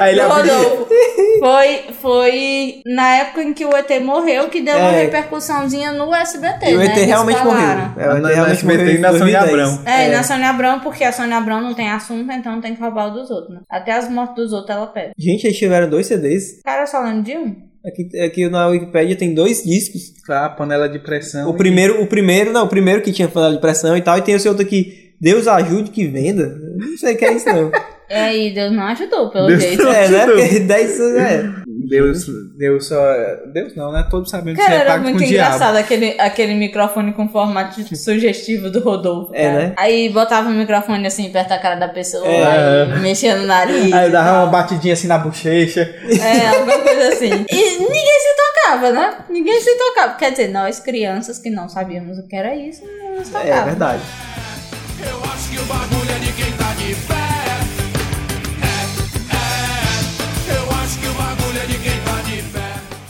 B: Aí ele
A: do
B: abriu.
A: Rodolfo. Foi, foi na época em que o ET morreu que deu uma
C: É.
A: repercussãozinha no SBT,
C: E o
A: né?
C: ET
A: Eles
C: realmente
A: falaram.
C: morreu. É, o ET
B: Na- na
C: realmente
B: SBT
C: morreu em
B: e na Sônia
C: 2010.
B: Abrão.
A: É, e na Sônia Abrão, porque a Sônia Abrão não tem assunto, então tem que roubar o dos outros, né? Até as mortes dos outros ela pega.
C: Gente, eles tiveram dois CDs.
A: Cara, eu só lembro de um.
C: Aqui, aqui na Wikipédia tem dois discos.
B: Tá, panela de pressão.
C: O primeiro, o primeiro, não, o primeiro que tinha panela de pressão e tal, e tem esse outro aqui, Deus ajude que venda. Eu Não sei o que é isso, não.
A: É, e Deus não ajudou, pelo
B: Deus
A: jeito.
C: é, né?
B: Não.
C: Porque 10 é.
B: Deus, Deus só. Deus não, né? Todos sabemos que
A: Cara,
B: você é
A: era
B: pago com
A: muito
B: o diabo.
A: engraçado aquele, aquele microfone com formato de- sugestivo do Rodolfo.
C: É,
A: cara.
C: né?
A: Aí botava o microfone assim perto da cara da pessoa,
B: É.
A: aí mexia no nariz.
B: Aí eu dava uma batidinha assim na bochecha.
A: É, alguma coisa assim. E ninguém se tocava, né? Ninguém se tocava. Quer dizer, nós crianças que não sabíamos o que era isso, não nos
C: É, é
A: tocava.
C: verdade.
D: Eu acho que o bagulho é de quem tá de pé. É, é. Eu acho que o bagulho é de quem tá de pé.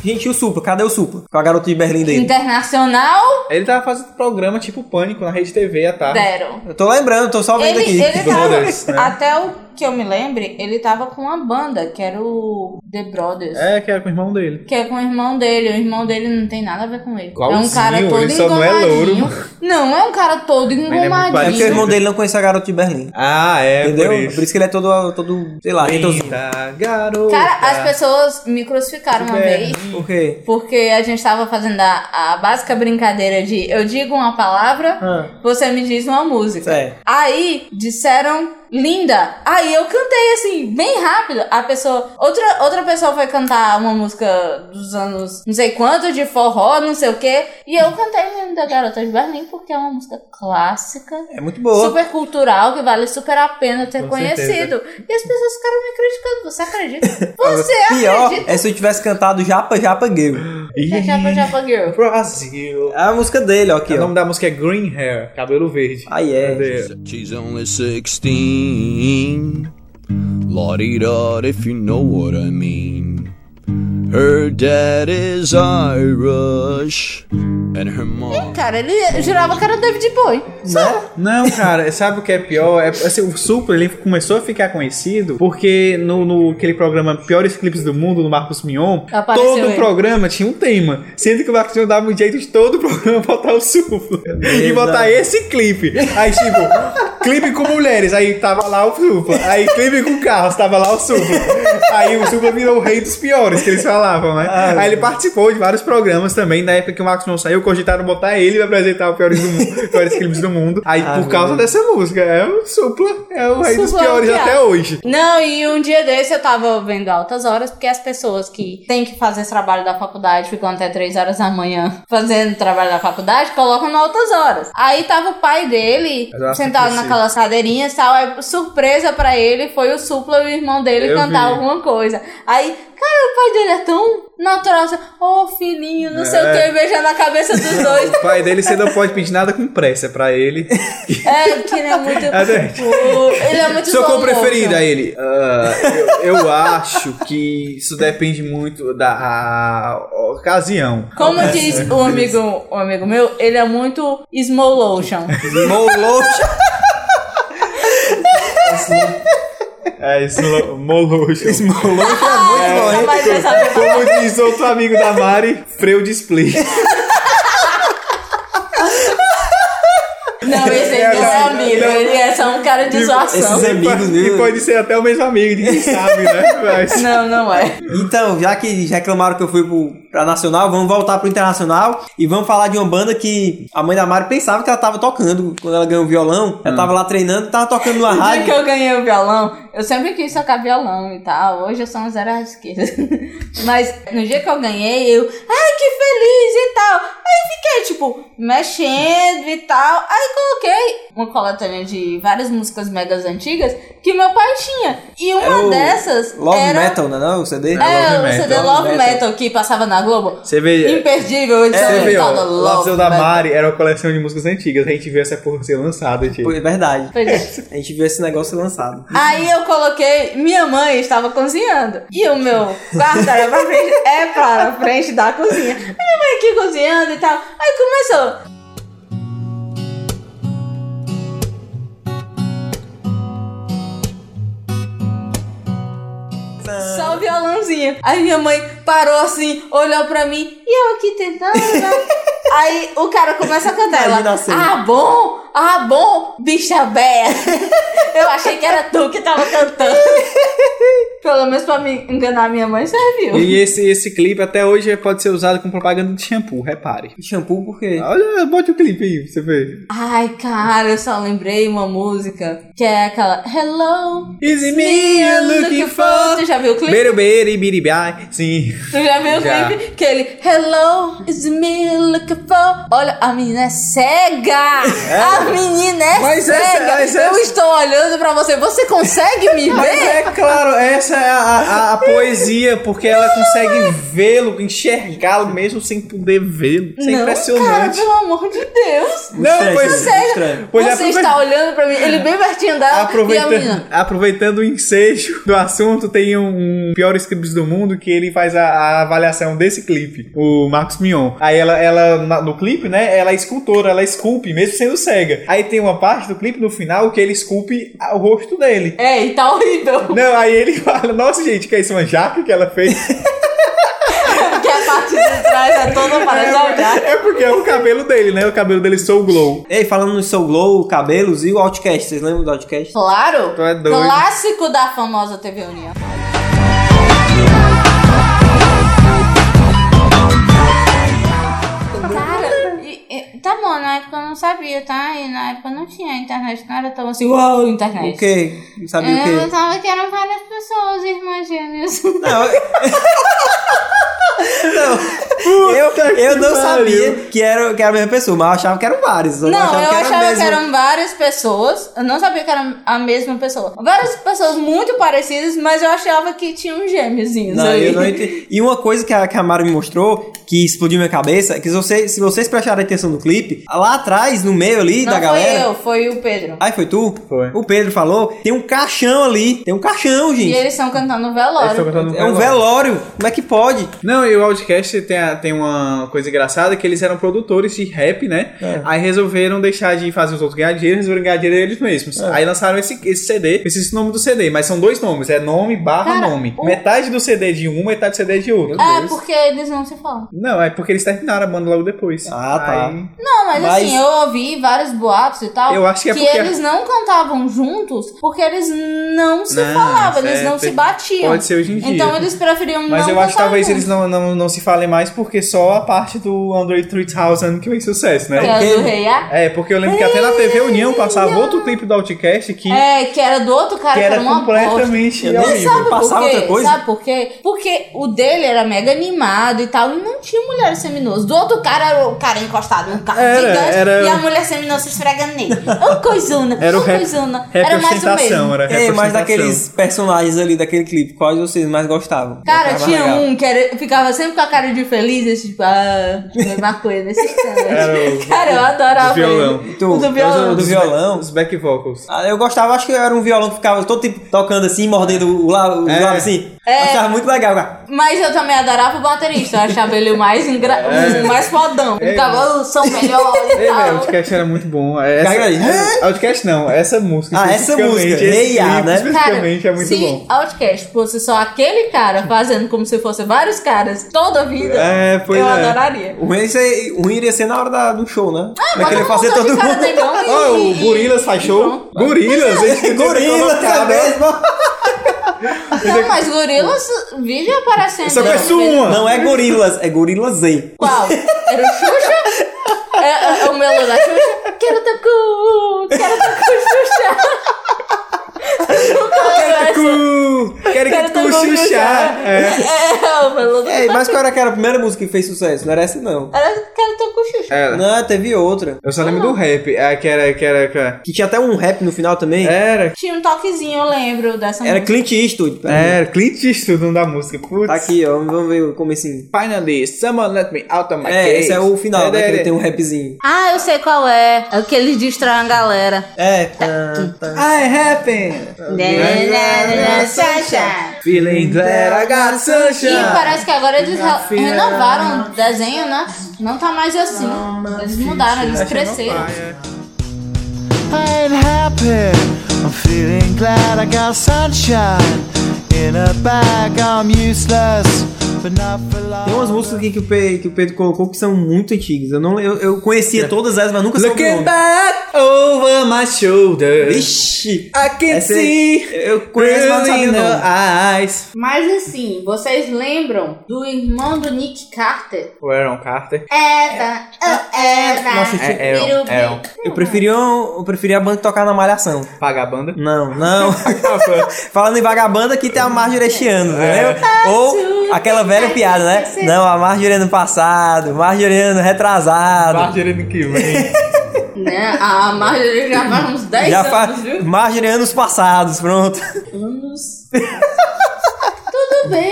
C: Gente, e o Supla? Cadê o Supla? Com a garota de Berlim dele.
A: Então- Internacional,
B: Ele tava fazendo um programa tipo Pânico na Rede TV à tarde.
A: zero.
C: Eu tô lembrando, tô só vendo
A: Ele,
C: aqui.
A: ele
B: Brothers,
A: tava
B: né?
A: até o
G: que eu me lembre, ele tava com uma banda, que era o The Brothers.
B: É, que era com o irmão dele.
G: Que é com o irmão dele. O irmão dele não tem nada a ver com ele. é um
B: Igualzinho,
G: cara todo
B: ele só não é louro.
G: engomadinho. Não, é um cara todo
B: muito
C: É porque o
G: engomadinho.
C: irmão dele não conhece a garota de Berlim.
B: Ah, é,
C: entendeu?
B: por isso.
C: que ele é todo, todo sei lá, então,
B: Linda garota.
G: Cara, as pessoas me crucificaram uma
B: É.
G: vez.
C: o quê?
G: Porque a gente tava fazendo a, a básica brincadeira de eu digo uma palavra,
C: Ah. É.
G: você me diz uma música.
C: Certo.
G: Aí disseram linda. Aí eu cantei assim, bem rápido. A pessoa. Outra, outra pessoa foi cantar uma música dos anos não sei quanto, de forró, não sei o quê. E eu cantei linda garota de Berlim, porque é uma música clássica.
C: É muito boa.
G: Super cultural, que vale super a pena ter
B: Com
G: conhecido. E as pessoas ficaram me criticando. Você acredita? Você
C: Pior
G: acredita?
C: é se eu tivesse cantado Japa Japa Gay.
G: Que é Japa Japa Girl.
B: Brasil.
C: É a música dele, ó, aqui,
B: O nome
C: ó.
B: da música é Green Hair, cabelo verde.
C: Ah, é.
B: Cadê?
D: She's only 16. Lottie dot, if you know what I mean. Her dad is Irish, and her mom.
G: Cara, ele jurava que era o David Bowie.
C: Né?
B: Não, cara, sabe o que é pior? É, assim, o Supla ele começou a ficar conhecido porque no, no aquele programa Piores Clipes do Mundo, no Marcos Mion,
G: Apareceu
B: todo
G: ele.
B: programa tinha um tema. Sendo que o Marcos Mion dava um jeito de todo o programa botar o Supla e botar esse clipe. Aí, tipo, clipe com mulheres, aí tava lá o Supla. Aí, clipe com carros, tava lá o Supla. Aí, o Supla virou o rei dos piores que eles falavam, né?
C: Ah,
B: Aí, ele participou de vários programas também. Na época que o Marcos Mion saiu, cogitaram botar ele pra apresentar o Piores do Mundo, Piores Clipes do Mundo. Aí,
C: Ah,
B: por causa
C: meu
B: dessa música, é o Supla, é o rei dos
G: Supla é o
B: piores
G: pior.
B: até hoje.
G: Não, e um dia desse eu tava vendo altas horas, porque as pessoas que têm que fazer esse trabalho da faculdade, ficam até 3 horas da manhã fazendo o trabalho da faculdade, colocam no altas horas. Aí tava o pai dele
B: Eu acho
G: sentado
B: impossível.
G: naquelas cadeirinhas e tal. Aí, surpresa pra ele foi o supla e o irmão dele
B: Eu
G: cantar
B: vi.
G: alguma coisa. Aí, cara, o pai dele é tão natural, assim, ô filhinho, não sei o
B: É.
G: que, beijando a cabeça dos dois.
B: O pai dele, você não pode pedir nada com pressa pra ele.
G: É, que ele é muito.
B: Adorei.
G: o- ele é muito
B: Sua
G: slow
B: cor
G: motion.
B: preferida, aí ele. "Ah, eu, eu acho que isso depende muito da a- a ocasião.
G: Como diz o amigo, o amigo meu, ele é muito slow lotion.
C: Molocha.
B: É, slow motion.
C: Molocha é muito
G: Não
C: bom, hein?
G: vai pensar bem.
B: Como diz outro amigo da Mari, freio display.
G: Não, esse aí não é amigo, ele é só um cara de zoação.
C: Esses amigos,
B: E
C: viu?
B: pode ser até o mesmo amigo, ninguém sabe, né? Mas...
G: Não, não é.
C: Então, já que já reclamaram que eu fui pro, pra nacional, vamos voltar pro internacional e vamos falar de uma banda que a mãe da Mari pensava que ela tava tocando quando ela ganhou o violão.
B: Hum.
C: Ela tava lá treinando, tava tocando numa
G: No dia que
C: rádio.
G: eu ganhei o violão, eu sempre quis tocar violão e tal. Hoje eu sou um zero à esquerda. Mas no dia que eu ganhei, eu, ai, que feliz e tal. Aí fiquei, tipo, mexendo e tal. Aí coloquei uma coletânea de várias músicas megas antigas que meu pai tinha. E uma
B: É
C: Era o
G: dessas
C: Love
G: era.
C: Metal, não é não? O CD?
G: É,
B: né? Love
G: o CD
B: Metal.
G: Love
C: Love
G: Metal,
C: Metal.
G: que passava na Globo.
B: Você vê. É,
G: Imperdível, edição
B: Você vê, ó,
G: limitada, Love
B: Love da Mari era uma coleção de músicas antigas. A gente viu essa porra ser lançada, tipo.
C: Foi verdade.
G: Pois é.
C: A gente viu esse negócio lançado.
G: Aí eu coloquei, minha mãe estava cozinhando. E o meu quarto era pra frente, é para frente da cozinha. Aí minha mãe aqui cozinhando e tal. Aí começou. Só o violãozinho. Aí minha mãe parou assim, olhou pra mim e eu aqui tentando. né? Aí o cara começa a cantar. Ela,
C: Imagina a cena.
G: ah, bom, ah, bom, bicha Bé. Eu achei que era tu que tava cantando. Pelo menos pra me enganar minha mãe serviu.
B: E esse, esse clipe até hoje pode ser usado como propaganda de shampoo, repare.
C: Shampoo por quê?
B: Olha, bote o clipe aí, pra você vê.
G: Ai, cara, eu só lembrei uma música que é aquela Hello,
B: Is it
G: me you're looking for? Tu já viu o clipe?
B: Beiro, beiro e biribai, sim.
G: Tu já viu o
B: Já.
G: clipe? Que ele, hello, it's me looking for. Olha, a menina é cega! A menina é
B: Mas essa-
G: cega!
B: mas
G: Eu
B: essa-
G: estou olhando pra você, você consegue me
B: Mas
G: ver?
B: é claro, essa é a a, a poesia, porque ela
G: é.
B: consegue vê-lo, enxergá-lo mesmo sem poder vê-lo. Isso é
G: Cara,
B: impressionante.
G: pelo amor de Deus.
B: Não,
C: né?
B: pois
G: Sério,
B: Pois é,
G: você
B: aproveita-
G: está olhando pra mim, ele bem pertinho dela e a
B: Aproveitando,
G: menina.
B: aproveitando o ensejo do assunto, tem um, um piores clipes do mundo que ele faz a, a avaliação desse clipe, o Marcos Mion. Aí ela, ela na- no clipe, né? Ela é escultora, ela esculpe, mesmo sendo cega. Aí tem uma parte do clipe no final que ele esculpe a- o rosto dele.
G: É, e tá horrível.
B: Não, aí ele fala, nossa gente, que é isso, uma jaca que ela fez?
G: Porque a parte de trás é toda parece uma jaca.
B: é porque é o cabelo dele, né? O cabelo dele sou glow.
C: Ei, falando no Soul Glow, cabelos e o Outcast, vocês lembram do Outcast?
G: Claro,
B: Tu é doido.
G: clássico da famosa TV União. Cara, e- e- Tá bom, na época eu não sabia, tá? E na época não tinha internet, não era tão assim, uau, internet.
C: O quê? Não sabia o
G: É, Eu
C: quê?
G: pensava que eram várias pessoas, irmãs gêmeas.
C: Não, eu- Não, eu, eu não sabia que era, que era a mesma pessoa, mas eu achava que eram vários.
G: Não, eu
C: a
G: achava que um
C: mesma.
G: eram várias pessoas. Eu não sabia que era a mesma pessoa. Várias pessoas muito parecidas, mas eu achava que tinham gêmeozinhos
C: Não,
G: ali.
C: eu não entendi. E uma coisa que a, que a Mara me mostrou, que explodiu minha cabeça, é que se, você, se vocês prestarem atenção no clipe, lá atrás, no meio ali
G: Não
C: da
G: foi
C: galera.
G: eu, foi o Pedro.
C: Ai, foi tu?
B: Foi.
C: O Pedro falou: tem um caixão ali. Tem um caixão,
G: E
C: gente.
G: eles estão cantando
B: Eles tão
G: velório.
B: cantando
C: É um
B: velório.
C: velório. Como é que pode?
B: Não, e o Outcast tem, a- tem uma coisa engraçada que eles eram produtores de rap, né?
C: É.
B: Aí resolveram deixar de fazer os outros ganhar dinheiro, resolveram ganhar dinheiro eles mesmos.
C: É.
B: Aí lançaram esse, esse CD, esse nome do CD, mas são dois nomes, é nome barra
G: Cara,
B: nome.
G: o-
B: Metade do CD de um, metade do CD de outro.
G: É, porque eles não se falam.
B: Não, é porque eles terminaram a banda logo depois.
C: Ah, tá.
B: Aí-
G: Não, mas,
C: Mas-
G: assim, eu ouvi vários boatos e tal.
B: Eu acho que é porque-
G: eles não cantavam juntos porque eles não se
B: Não,
G: falavam, eles
B: certo.
G: não se batiam.
B: Pode ser hoje em dia.
G: Então eles preferiam
B: Mas
G: não
B: eu acho que
G: cantar
B: talvez
G: juntos.
B: eles não, não, não se falem mais porque só a parte do Android 3000 que fez sucesso,
G: Que
B: né?
G: era do Rei A.
B: É, porque eu lembro que até na TV União passava outro clipe do Outcast que,
G: É, que era do outro cara,
B: que
G: que
B: era
G: uma bosta.
B: completamente
C: Eu
B: ao
C: nem
B: vivo.
C: sabia.
G: Sabe
C: Passava
G: por quê?
C: outra coisa?
G: Sabe por quê? Porque o dele era mega animado e tal, e não tinha mulher seminosa. Do outro cara era o cara encostado num carro
B: Era,
G: gigante
B: era-
G: e a mulher seminosa se esfregando nele. Ô coisona,
B: Era o
G: ô
B: rap-
G: coisona. Era mais o
B: Representação,
G: mesmo.
B: era
C: É, mas
B: representação.
C: daqueles personagens ali daquele clipe, quais vocês mais gostavam?
G: Cara,
C: Qual mais
G: tinha
C: legal?
G: um que era- ficava sempre com a cara de feliz, esse tipo, ah, mesma coisa, esse
B: Era o-
G: Cara, eu adorava
B: do violão.
G: ele.
C: Tu,
G: O do violão.
C: o do
B: Os
C: violão.
B: ba- Os back vocals.
C: Ah, Eu gostava, acho que era um violão que ficava todo tipo tocando assim, mordendo o lado,
B: É.
C: assim.
G: É.
C: Achava muito legal, cara.
G: Mas eu também adorava o baterista, eu achava ele o mais, engra... o mais fodão.
B: É.
G: Ele ficava, "Oh, são melhor e
B: Ei, velho, o
G: tal.
B: Outcast era muito bom. É, Essa,
C: Carga aí.
B: Outcast não, essa música.
C: Ah, essa
B: especificamente,
C: música,
B: esse
C: Hey Ya,
B: clipe
C: né?
B: Especificamente é muito
G: se
B: bom.
G: Outcast fosse só aquele cara fazendo como se fosse vários caras toda a vida,
B: É, pois
G: eu
B: é.
G: adoraria.
C: O ruim, é- o ruim iria ser na hora da- do show, né? Ah,
G: bota um montão de cara negão e-
B: Ó, o
G: e-
B: Gorilas faz show. Gorilas,
G: é.
B: a gente podia ter
C: Gorila,
B: é colocado.
C: cabeça.
G: Não, mas gorilas vive aparecendo.
B: Só
G: aí,
B: conheço
G: né?
B: uma.
C: Não é gorilas, é gorila Z.
G: Qual? Era o Xuxa? É, é- é o melô da Xuxa? Quero teu cu! Quero teu cu, Xuxa!
B: Quero cu, quero Uh, que
G: Quero
B: tu
G: tomar um
B: chuchar.
G: chuchar.
B: É.
G: É, o melô da
C: Ei, mas qual era aquela primeira música que fez sucesso? Não era essa, não.
G: Era Quero teu cu,
C: É.
G: Xuxa.
B: Era.
C: Não, teve outra.
B: Eu só lembro do rap, é, que era, que era, que era.
C: Que tinha até um rap no final também.
B: Era,
G: Tinha um toquezinho, eu lembro dessa
C: Era
G: música.
C: Clint Eastwood. peraí.
B: era Clint Eastwood, o nome um da música. Putz.
C: Tá aqui, ó. Vamos ver o comecinho.
B: Finally, someone let me out of my
C: É,
B: cage.
C: esse é o final, né? Que ele
B: é.
C: tem um rapzinho.
G: Ah, eu sei qual é. É o que eles distraem a galera.
C: É. tá, tá.
B: I happen.
C: Né,
G: E
B: Feeling glad I got sunshine.
G: parece que agora eles re- renovaram o desenho, né? Não tá mais assim. Eles mudaram, eles cresceram.
D: I ain't happy. I'm feeling glad I got sunshine in a bag. I'm useless, but not for long.
C: Tem umas músicas aqui que o, Pe- que o Pedro colocou que são muito antigas. Eu, não, eu, eu conhecia todas elas, mas nunca soube o
B: É. Looking
C: nome.
B: back over my shoulder.
C: Vixe!
B: I can
C: Essa
B: see.
C: é- eu conheço, mas não sabia o
B: really
C: nome.
B: no eyes.
G: Mas assim, vocês lembram do irmão do Nick Carter?
B: O Aaron Carter.
G: Eva, oh, Eva.
C: Nossa,
B: É, Aaron, Aaron.
C: Eu preferia, um, eu preferia a banda tocar na Malhação.
B: Paga a banda.
C: Não, não.
B: Ah,
C: Falando em vagabanda, aqui tem a Marjorie este ano,
B: É.
C: entendeu? Ou aquela velha piada, né? Não, a Marjorie ano passado, Marjorie ano retrasado.
B: Partirando que vem.
G: Né? A Marjorie já faz uns 10
C: Já
G: anos,
C: faz
G: É viu?
C: Marjorie anos passados, pronto.
G: Anos.
A: tudo bem.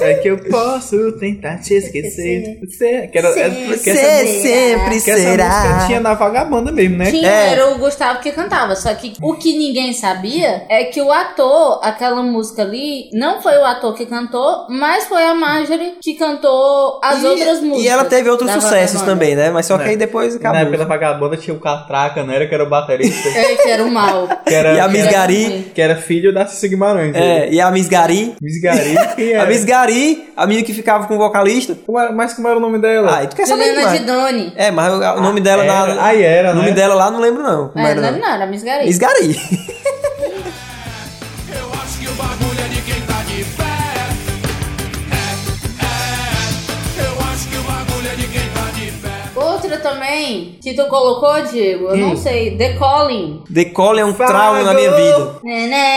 B: É que eu posso tentar te esquecer. Você, que era, é, porque
C: Ser
B: essa,
C: sempre
B: que essa música
C: será.
B: tinha na vagabanda mesmo, né?
G: Tinha,
C: É.
G: era o Gustavo que cantava. Só que o que ninguém sabia é que o ator, aquela música ali, não foi o ator que cantou, mas foi a Marjorie que cantou as
C: E-
G: outras músicas.
C: E ela teve outros
G: da
C: sucessos
G: Vagabanda.
C: também, né? Mas só que aí depois
B: Na
C: acabou.
B: época da vagabanda tinha o Catraca, não era? Que era o baterista.
G: É, que era o mal.
B: Que era,
C: E a
B: que
C: Miss
B: era-
C: Gari.
B: que era filho da Cissa Guimarães.
C: É, e a Miss Gari.
B: Miss Gari, quem era?
C: A Miss Gari, a menina que ficava com o vocalista.
B: Como era- mas como era o nome dela?
C: Ah, e tu quer saber
G: Helena
C: demais.
G: Didoni.
C: É, mas o o nome dela
B: era.
C: na-
B: Aí era,
C: O nome
B: né?
C: dela lá não lembro não. Como
G: É,
C: era,
G: não,
C: não.
G: não, era Miss Gareth.
C: Miss Gari.
D: Eu acho que o bagulho é de quem tá de pé. É, é. Eu acho que o bagulho é de quem tá de pé.
G: Outra também que tu colocou, Diego, eu
C: Hum.
G: não sei. The Calling.
C: The
G: Né,
C: Call é um trauma na minha vida.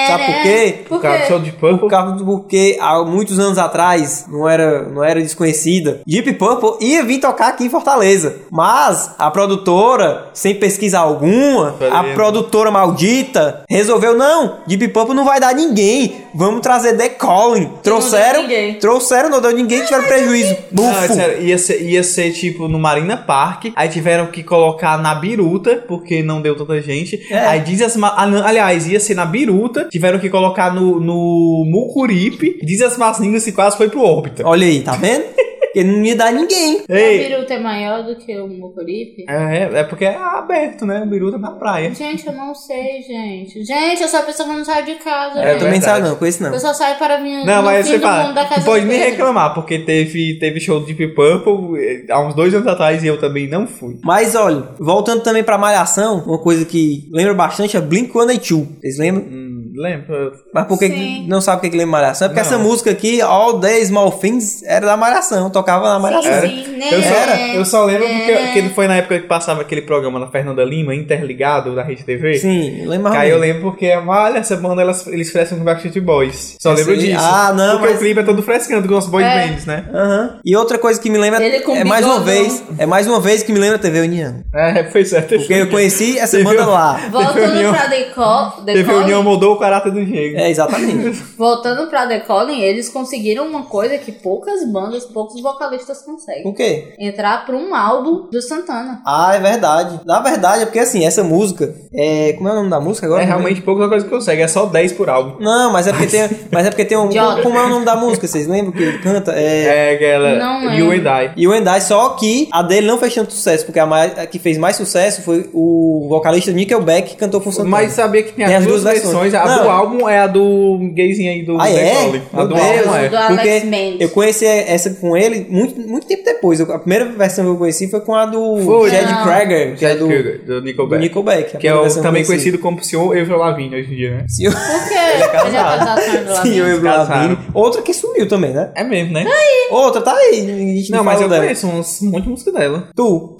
C: Sabe por quê?
G: Por
B: o cara
G: quê?
B: do de Purple.
C: Por causa do porque há muitos anos atrás não era, não era desconhecida. Deep Purple ia vir tocar aqui em Fortaleza. Mas a produtora, sem pesquisa alguma, a
B: Valendo.
C: produtora maldita, resolveu: não, Deep Purple não vai dar ninguém. Vamos trazer The Calling. Trouxeram,
G: ninguém.
C: trouxeram, não deu ninguém, tiveram prejuízo.
B: Não, é
C: Bufo.
B: sério, ia ser, ia ser tipo no Marina Park, aí tiveram que colocar na biruta, porque não deu tanta gente. Aí diz as Ma- ah, não, Aliás, ia ser na biruta, tiveram que colocar no, no Mucuripe, diz as más línguas que quase foi pro órbita.
C: Olha aí, tá vendo? Porque não ia dar ninguém.
G: O
B: Ei,
G: Biruta é maior do que o Mucuripe?
B: é, é porque é aberto, né? Biruta na
C: É.
B: praia.
G: Gente, eu não sei, gente. Gente, eu sou a pessoa que não sai de casa, né?
B: É,
C: Eu
G: gente.
C: também
B: verdade.
C: saio não, com isso não.
G: Eu só saio para mim
B: Não,
G: no
B: mas
G: fim
B: você
G: do
B: fala,
G: mundo da casa
B: não pode
G: de
B: nem
G: Pedro.
B: reclamar, porque teve, teve show do Deep Purple eh, há uns dois anos atrás e eu também não fui.
C: Mas olha, voltando também pra Malhação, uma coisa que lembra bastante é Blink 182. Vocês lembram?
B: Hum, lembra?
C: Mas por que,
G: Sim.
C: que não sabe o que, que lembra Malhação? É porque
B: Não.
C: essa música aqui, All Day Small Things, era da Malhação, tocava na Malhação.
B: Era.
G: Sim, né?
B: É. Eu só, eu só lembro
G: É.
B: porque aquele foi na época que passava aquele programa da Fernanda Lima, Interligado, da Rede TV.
C: Sim, lembra
B: Aí eu
C: mesmo.
B: lembro porque, olha, essa banda elas, eles frescam com Backstreet Boys. Só lembro
C: Sim.
B: disso.
C: Ah, não,
B: Porque
C: mas-
B: o clipe é todo frescando com os boy
G: É.
B: bands, né?
C: Aham. E outra coisa que me lembra
G: Ele com
C: é mais uma
G: bigodão.
C: vez, é mais uma vez que me lembra a TV União.
B: É, foi certo.
C: Porque eu conheci essa banda
B: viu?
C: lá.
G: Voltando
B: União-
G: pra The, Call, The
B: TV União
G: Calling,
B: mudou o caráter do Diego.
C: É, exatamente.
G: voltando pra The Calling, eles conseguiram uma coisa que poucas bandas, poucos vocalistas conseguem.
C: Por quê?
G: Entrar pra um álbum do Santana.
C: Ah, é verdade. Na verdade, é porque assim, essa música. É... Como é o nome da música agora?
B: É realmente pouca coisa que consegue, é só 10 por álbum.
C: Não, mas é porque tem. Mas é porque tem um.
G: Idiota.
C: Como é o nome da música? Vocês lembram que ele canta? É.
B: É, aquela.
G: Não
B: You
G: lembro.
B: and I.
C: E o Endai, só que a dele não fez tanto sucesso, porque a, mais- a que fez mais sucesso foi o vocalista Nickelback que cantou com o Santana.
B: Mas sabia que tem as, duas, versões. A
C: Não.
B: do álbum é a do gayzinho aí do
C: Ah,
B: The
C: é?
B: Calling. A
C: Meu
B: do
C: Deus.
B: álbum é.
G: Do Alex
C: Porque
G: Mendes.
C: eu conheci essa com ele muito, muito tempo depois. Eu- A primeira versão que eu conheci foi com a do
B: Foi.
C: Jed
G: Não.
C: Krager, que é do,
B: do, do
C: do
B: Nickelback.
C: Nickelback. a
B: Que é
C: primeira
B: o,
C: versão que eu
B: também
C: conheci.
B: conhecido como senhor Avril Lavigne hoje em dia, né?
C: Senhor,
G: Por quê? Ele é casado com a Avril Lavigne.
C: Senhor Avril
B: Casaram.
C: Lavigne. Outra que sumiu também, né?
B: É mesmo, né?
C: Outra tá aí. a gente
B: Não, mas
C: falou
B: eu
C: dela.
B: conheço uns, um monte de música dela.
C: Tu.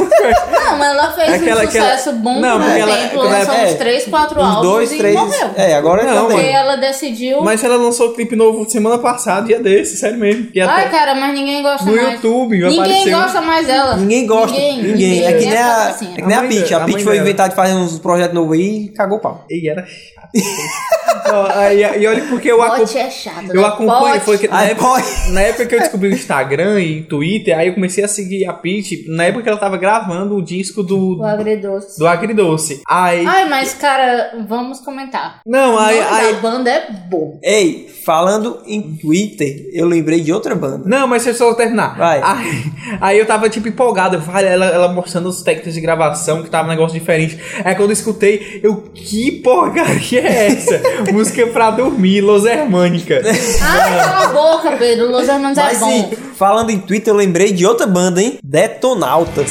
G: Não, mas ela fez
B: Aquela-
G: um
B: aquela-
G: sucesso bom
B: Não,
G: por um
B: porque ela-
G: tempo,
B: quando ela-
G: lançou
C: é,
G: uns 3, 4
C: Uns
G: álbuns
C: dois,
G: e
C: três.
G: morreu.
C: É, agora
B: Não,
C: também.
G: Porque ela decidiu.
B: Mas ela lançou o clipe novo semana passada, dia desse, sério mesmo. E
G: Ai,
B: até
G: cara, mas ninguém gosta
B: tá no
G: mais.
B: YouTube
G: Ninguém
B: apareceu.
G: gosta mais dela.
C: Ninguém gosta. Ninguém. É que nem a, é que nem
B: A
C: a
B: mãe
C: Peach.
B: dela- a
C: A Peach
B: mãe
C: foi
B: dela.
C: inventar de fazer uns projetos novos aí e cagou o pau.
B: E era chato. Não, e, e olha, porque eu, acu...
G: Pote é chato.
B: eu
G: né?
B: acompanho.
G: Pote.
B: Foi que, na,
C: Ai,
B: época,
C: boy.
B: na época que eu descobri o Instagram e Twitter, aí eu comecei a seguir a Peach. Na época que ela tava gravando o disco
G: O
B: do,
G: agridoce.
B: do Agridoce. Aí.
G: Ai, mas, cara, vamos comentar.
B: não, aí.
G: o nome
B: aí
G: da banda é boa.
C: Ei, falando em Twitter, eu lembrei de outra banda.
B: Não, mas deixa eu só terminar.
C: Vai.
B: Aí, aí eu tava tipo empolgado, vale, ela, ela mostrando os técnicos de gravação, que tava um negócio diferente. Aí quando eu escutei, eu, que porcaria é essa? Música pra dormir, Los Hermânica.
G: Ai, cala a boca, Pedro. Los Hermanos é
C: Mas
G: bom.
C: sim, falando em Twitter, eu lembrei de outra banda, hein? Detonautas.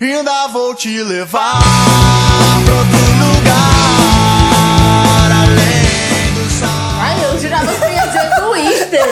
L: Ainda vou te levar pra outro lugar além do sal.
G: Ai, eu jurava que ia dizer Twister.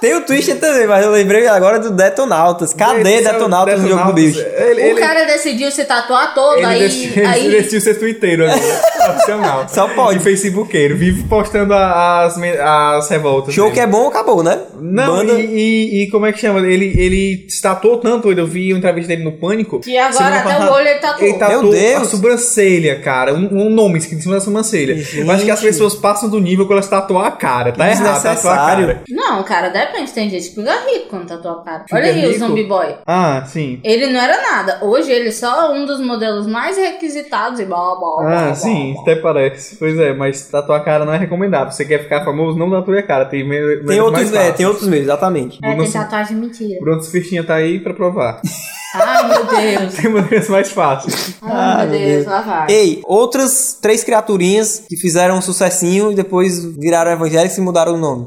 C: Tem o Twister também, mas eu lembrei agora do Detonautas. Cadê
B: é
C: Detonautas no jogo do bicho?
B: Ele,
G: O
B: ele,
G: cara decidiu se tatuar todo,
B: ele
G: aí.
B: decidiu,
G: aí...
B: decidiu ser twitteiro agora. Profissional.
C: Só pode.
B: E facebookeiro. Vive postando a- as, me- as revoltas.
C: Show
B: dele.
C: que é bom, acabou, né?
B: Não,
C: Banda...
B: e, e- e como é que chama? Ele, ele se tatuou tanto, eu vi uma entrevista dele no Pânico.
G: Que agora
B: semana
G: até
B: passada.
G: o tá olho ele tatuou.
B: Ele tá- tatuou
C: Meu Deus.
B: a sobrancelha, cara. Um, um nome escrito em cima da sobrancelha. Eu acho que as pessoas passam do nível quando elas tatuam a cara. Tá
C: é
B: errado, tatuar a
C: Desnecessário.
B: cara.
G: Não, cara, depende. Tem gente que fica rico quando tatua a cara. Olha aí
B: rico?
G: o Zombie Boy.
B: Ah, sim.
G: Ele não era nada. Hoje ele é só um dos modelos mais requisitados e blá blá blá. blá,
B: Ah, sim,
G: blá.
B: até parece. Pois é, mas tatuar a cara não é recomendável. Você quer ficar famoso, não tatue a cara. Tem, me-
C: Tem
B: menos mais
C: outros, é,
B: fácil.
C: tem outros mesmo, exatamente.
G: É,
B: Não
G: tem
B: se-
G: tatuagem mentira.
B: Bruno Fichinha tá aí pra provar.
G: Ai, meu Deus.
B: Tem maneiras mais fáceis.
G: Ai, meu Deus, lá vai.
C: Ei, outras três criaturinhas que fizeram um sucessinho e depois viraram evangélicas e mudaram o nome.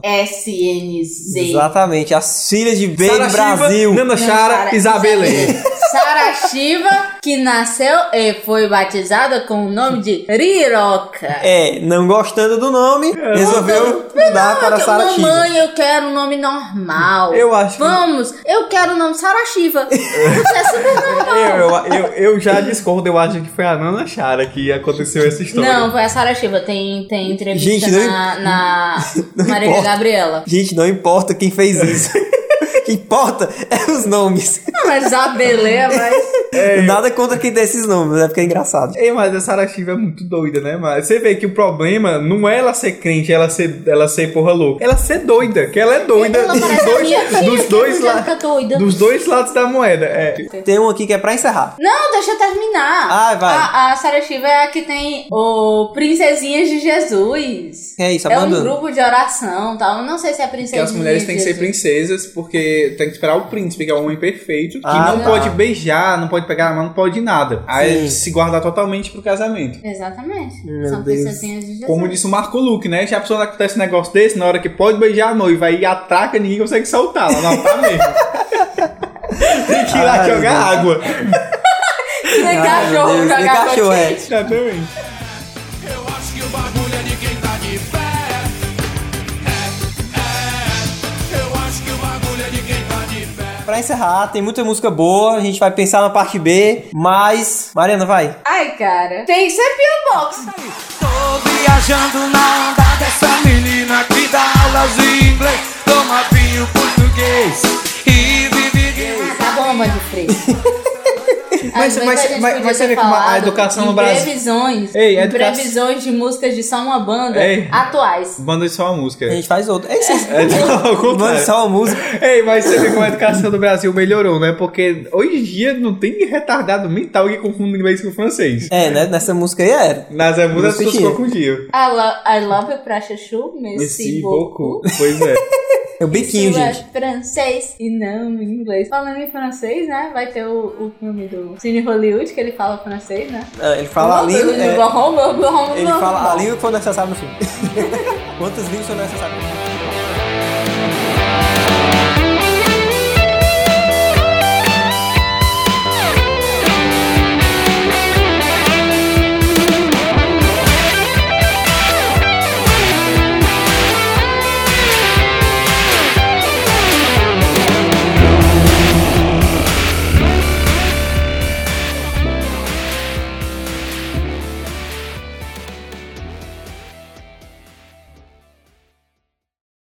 G: SNZ.
C: Exatamente, as filhas de Baby
B: Sara
C: Brasil.
B: Shiva, Nana Chara, Isabelê.
G: Sara Shiva, que nasceu e foi batizada com o nome de Riroca.
C: É, não gostando do nome, resolveu mudar para
G: Eu-
C: Sara Shiva.
G: Mamãe, eu quero um nome normal.
C: Eu acho que-
G: Vamos, eu quero o nome Sara Shiva. Isso é super normal.
B: Eu, eu, eu, eu já discordo, eu acho que foi a Nana Chara que aconteceu essa história.
G: Não, foi a Sara Shiva. Tem, tem entrevista
C: Gente, não
G: na, na
C: não
G: Maria
C: importa.
G: Gabriela.
C: Gente, não importa quem
B: É.
C: fez isso. O que importa é os nomes.
G: Não, mas a Belê, mas...
B: É,
C: Nada contra quem tem esses nomes, né? Porque é engraçado.
B: Ei, mas a Sara Shiva é muito doida, né? Mas você vê que o problema não é ela ser crente, ela ser, ela ser porra louca. Ela ser doida, que ela é doida
G: Ela
B: dos
G: parece a
B: dois,
G: minha filha,
B: dos
G: que
B: dois
G: é
B: la-
G: branca doida.
B: dos dois lados da moeda. É.
C: Tem um aqui que é pra encerrar.
G: Não, deixa eu terminar.
B: Ah,
C: Ai, vai.
G: A, a Sara Shiva é a que tem o Princesinhas de Jesus.
C: É isso,
G: É um
C: abandona.
G: grupo de oração tal. Eu não sei se é
B: Que
G: princesinha.
B: as mulheres têm que ser
G: princesas.
B: princesas, porque tem que esperar o príncipe, que é o homem perfeito, que
C: Ah,
B: não
C: tá.
B: pode beijar, não pode pegar na mão, não pode nada. Aí
C: Sim.
B: se guardar totalmente pro casamento.
G: Exatamente.
C: Meu
G: São
C: Deus.
G: princesinhas de Jesus.
B: Como disse o Marco Luque, né? Se a pessoa acontece um negócio desse, na hora que pode beijar a noiva e ataca, ninguém consegue soltar. Ela não tá mesmo. Tem que ir lá
C: Ai,
B: jogar
C: Deus.
B: água.
G: Tem É cachorro
C: Deus, tem
G: jogar
C: cachorro, é.
G: boliche.
B: Exatamente.
D: Eu acho que o bagulho é de quem tá de pé. É, é. Eu acho que o bagulho é de quem tá de pé.
C: Pra encerrar, tem muita música boa, a gente vai pensar na parte B, mas. Mariana, vai.
G: Ai, cara. Tem que ser Pio Box.
D: Tô viajando na onda dessa menina que dá aulas de inglês. Toma vinho português e vive de...
G: Tá bomba de freio.
B: Mas- mas- mas- mas você vê como a educação no Brasil-
G: Previsões.
B: Ei,
G: em
B: educa-
G: Previsões de músicas de só uma banda
B: Ei.
G: atuais.
B: Manda só uma música.
C: A gente faz outra. É isso.
B: É, não, ao contrário.
C: Manda só uma música.
B: Ei, mas você vê como a educação do Brasil melhorou, né? Porque hoje em dia não tem retardado mental que confunda inglês com francês.
C: É, né? Nessa música aí era.
B: Nas músicas as
C: Não
B: pessoas
C: sei.
B: confundiam.
G: I love, I love pra chuchu,
B: Esse
G: merci beaucoup.
B: boco. Pois é.
C: É o biquinho,
G: Isso
C: gente.
G: É francês e não em inglês. Falando em francês, né? Vai ter o, o filme do Cine Hollywood que ele fala francês, né?
C: É, Ele fala a língua. é,
G: Ele
C: ele fala a língua que for necessário no filme. Quantas línguas são necessárias?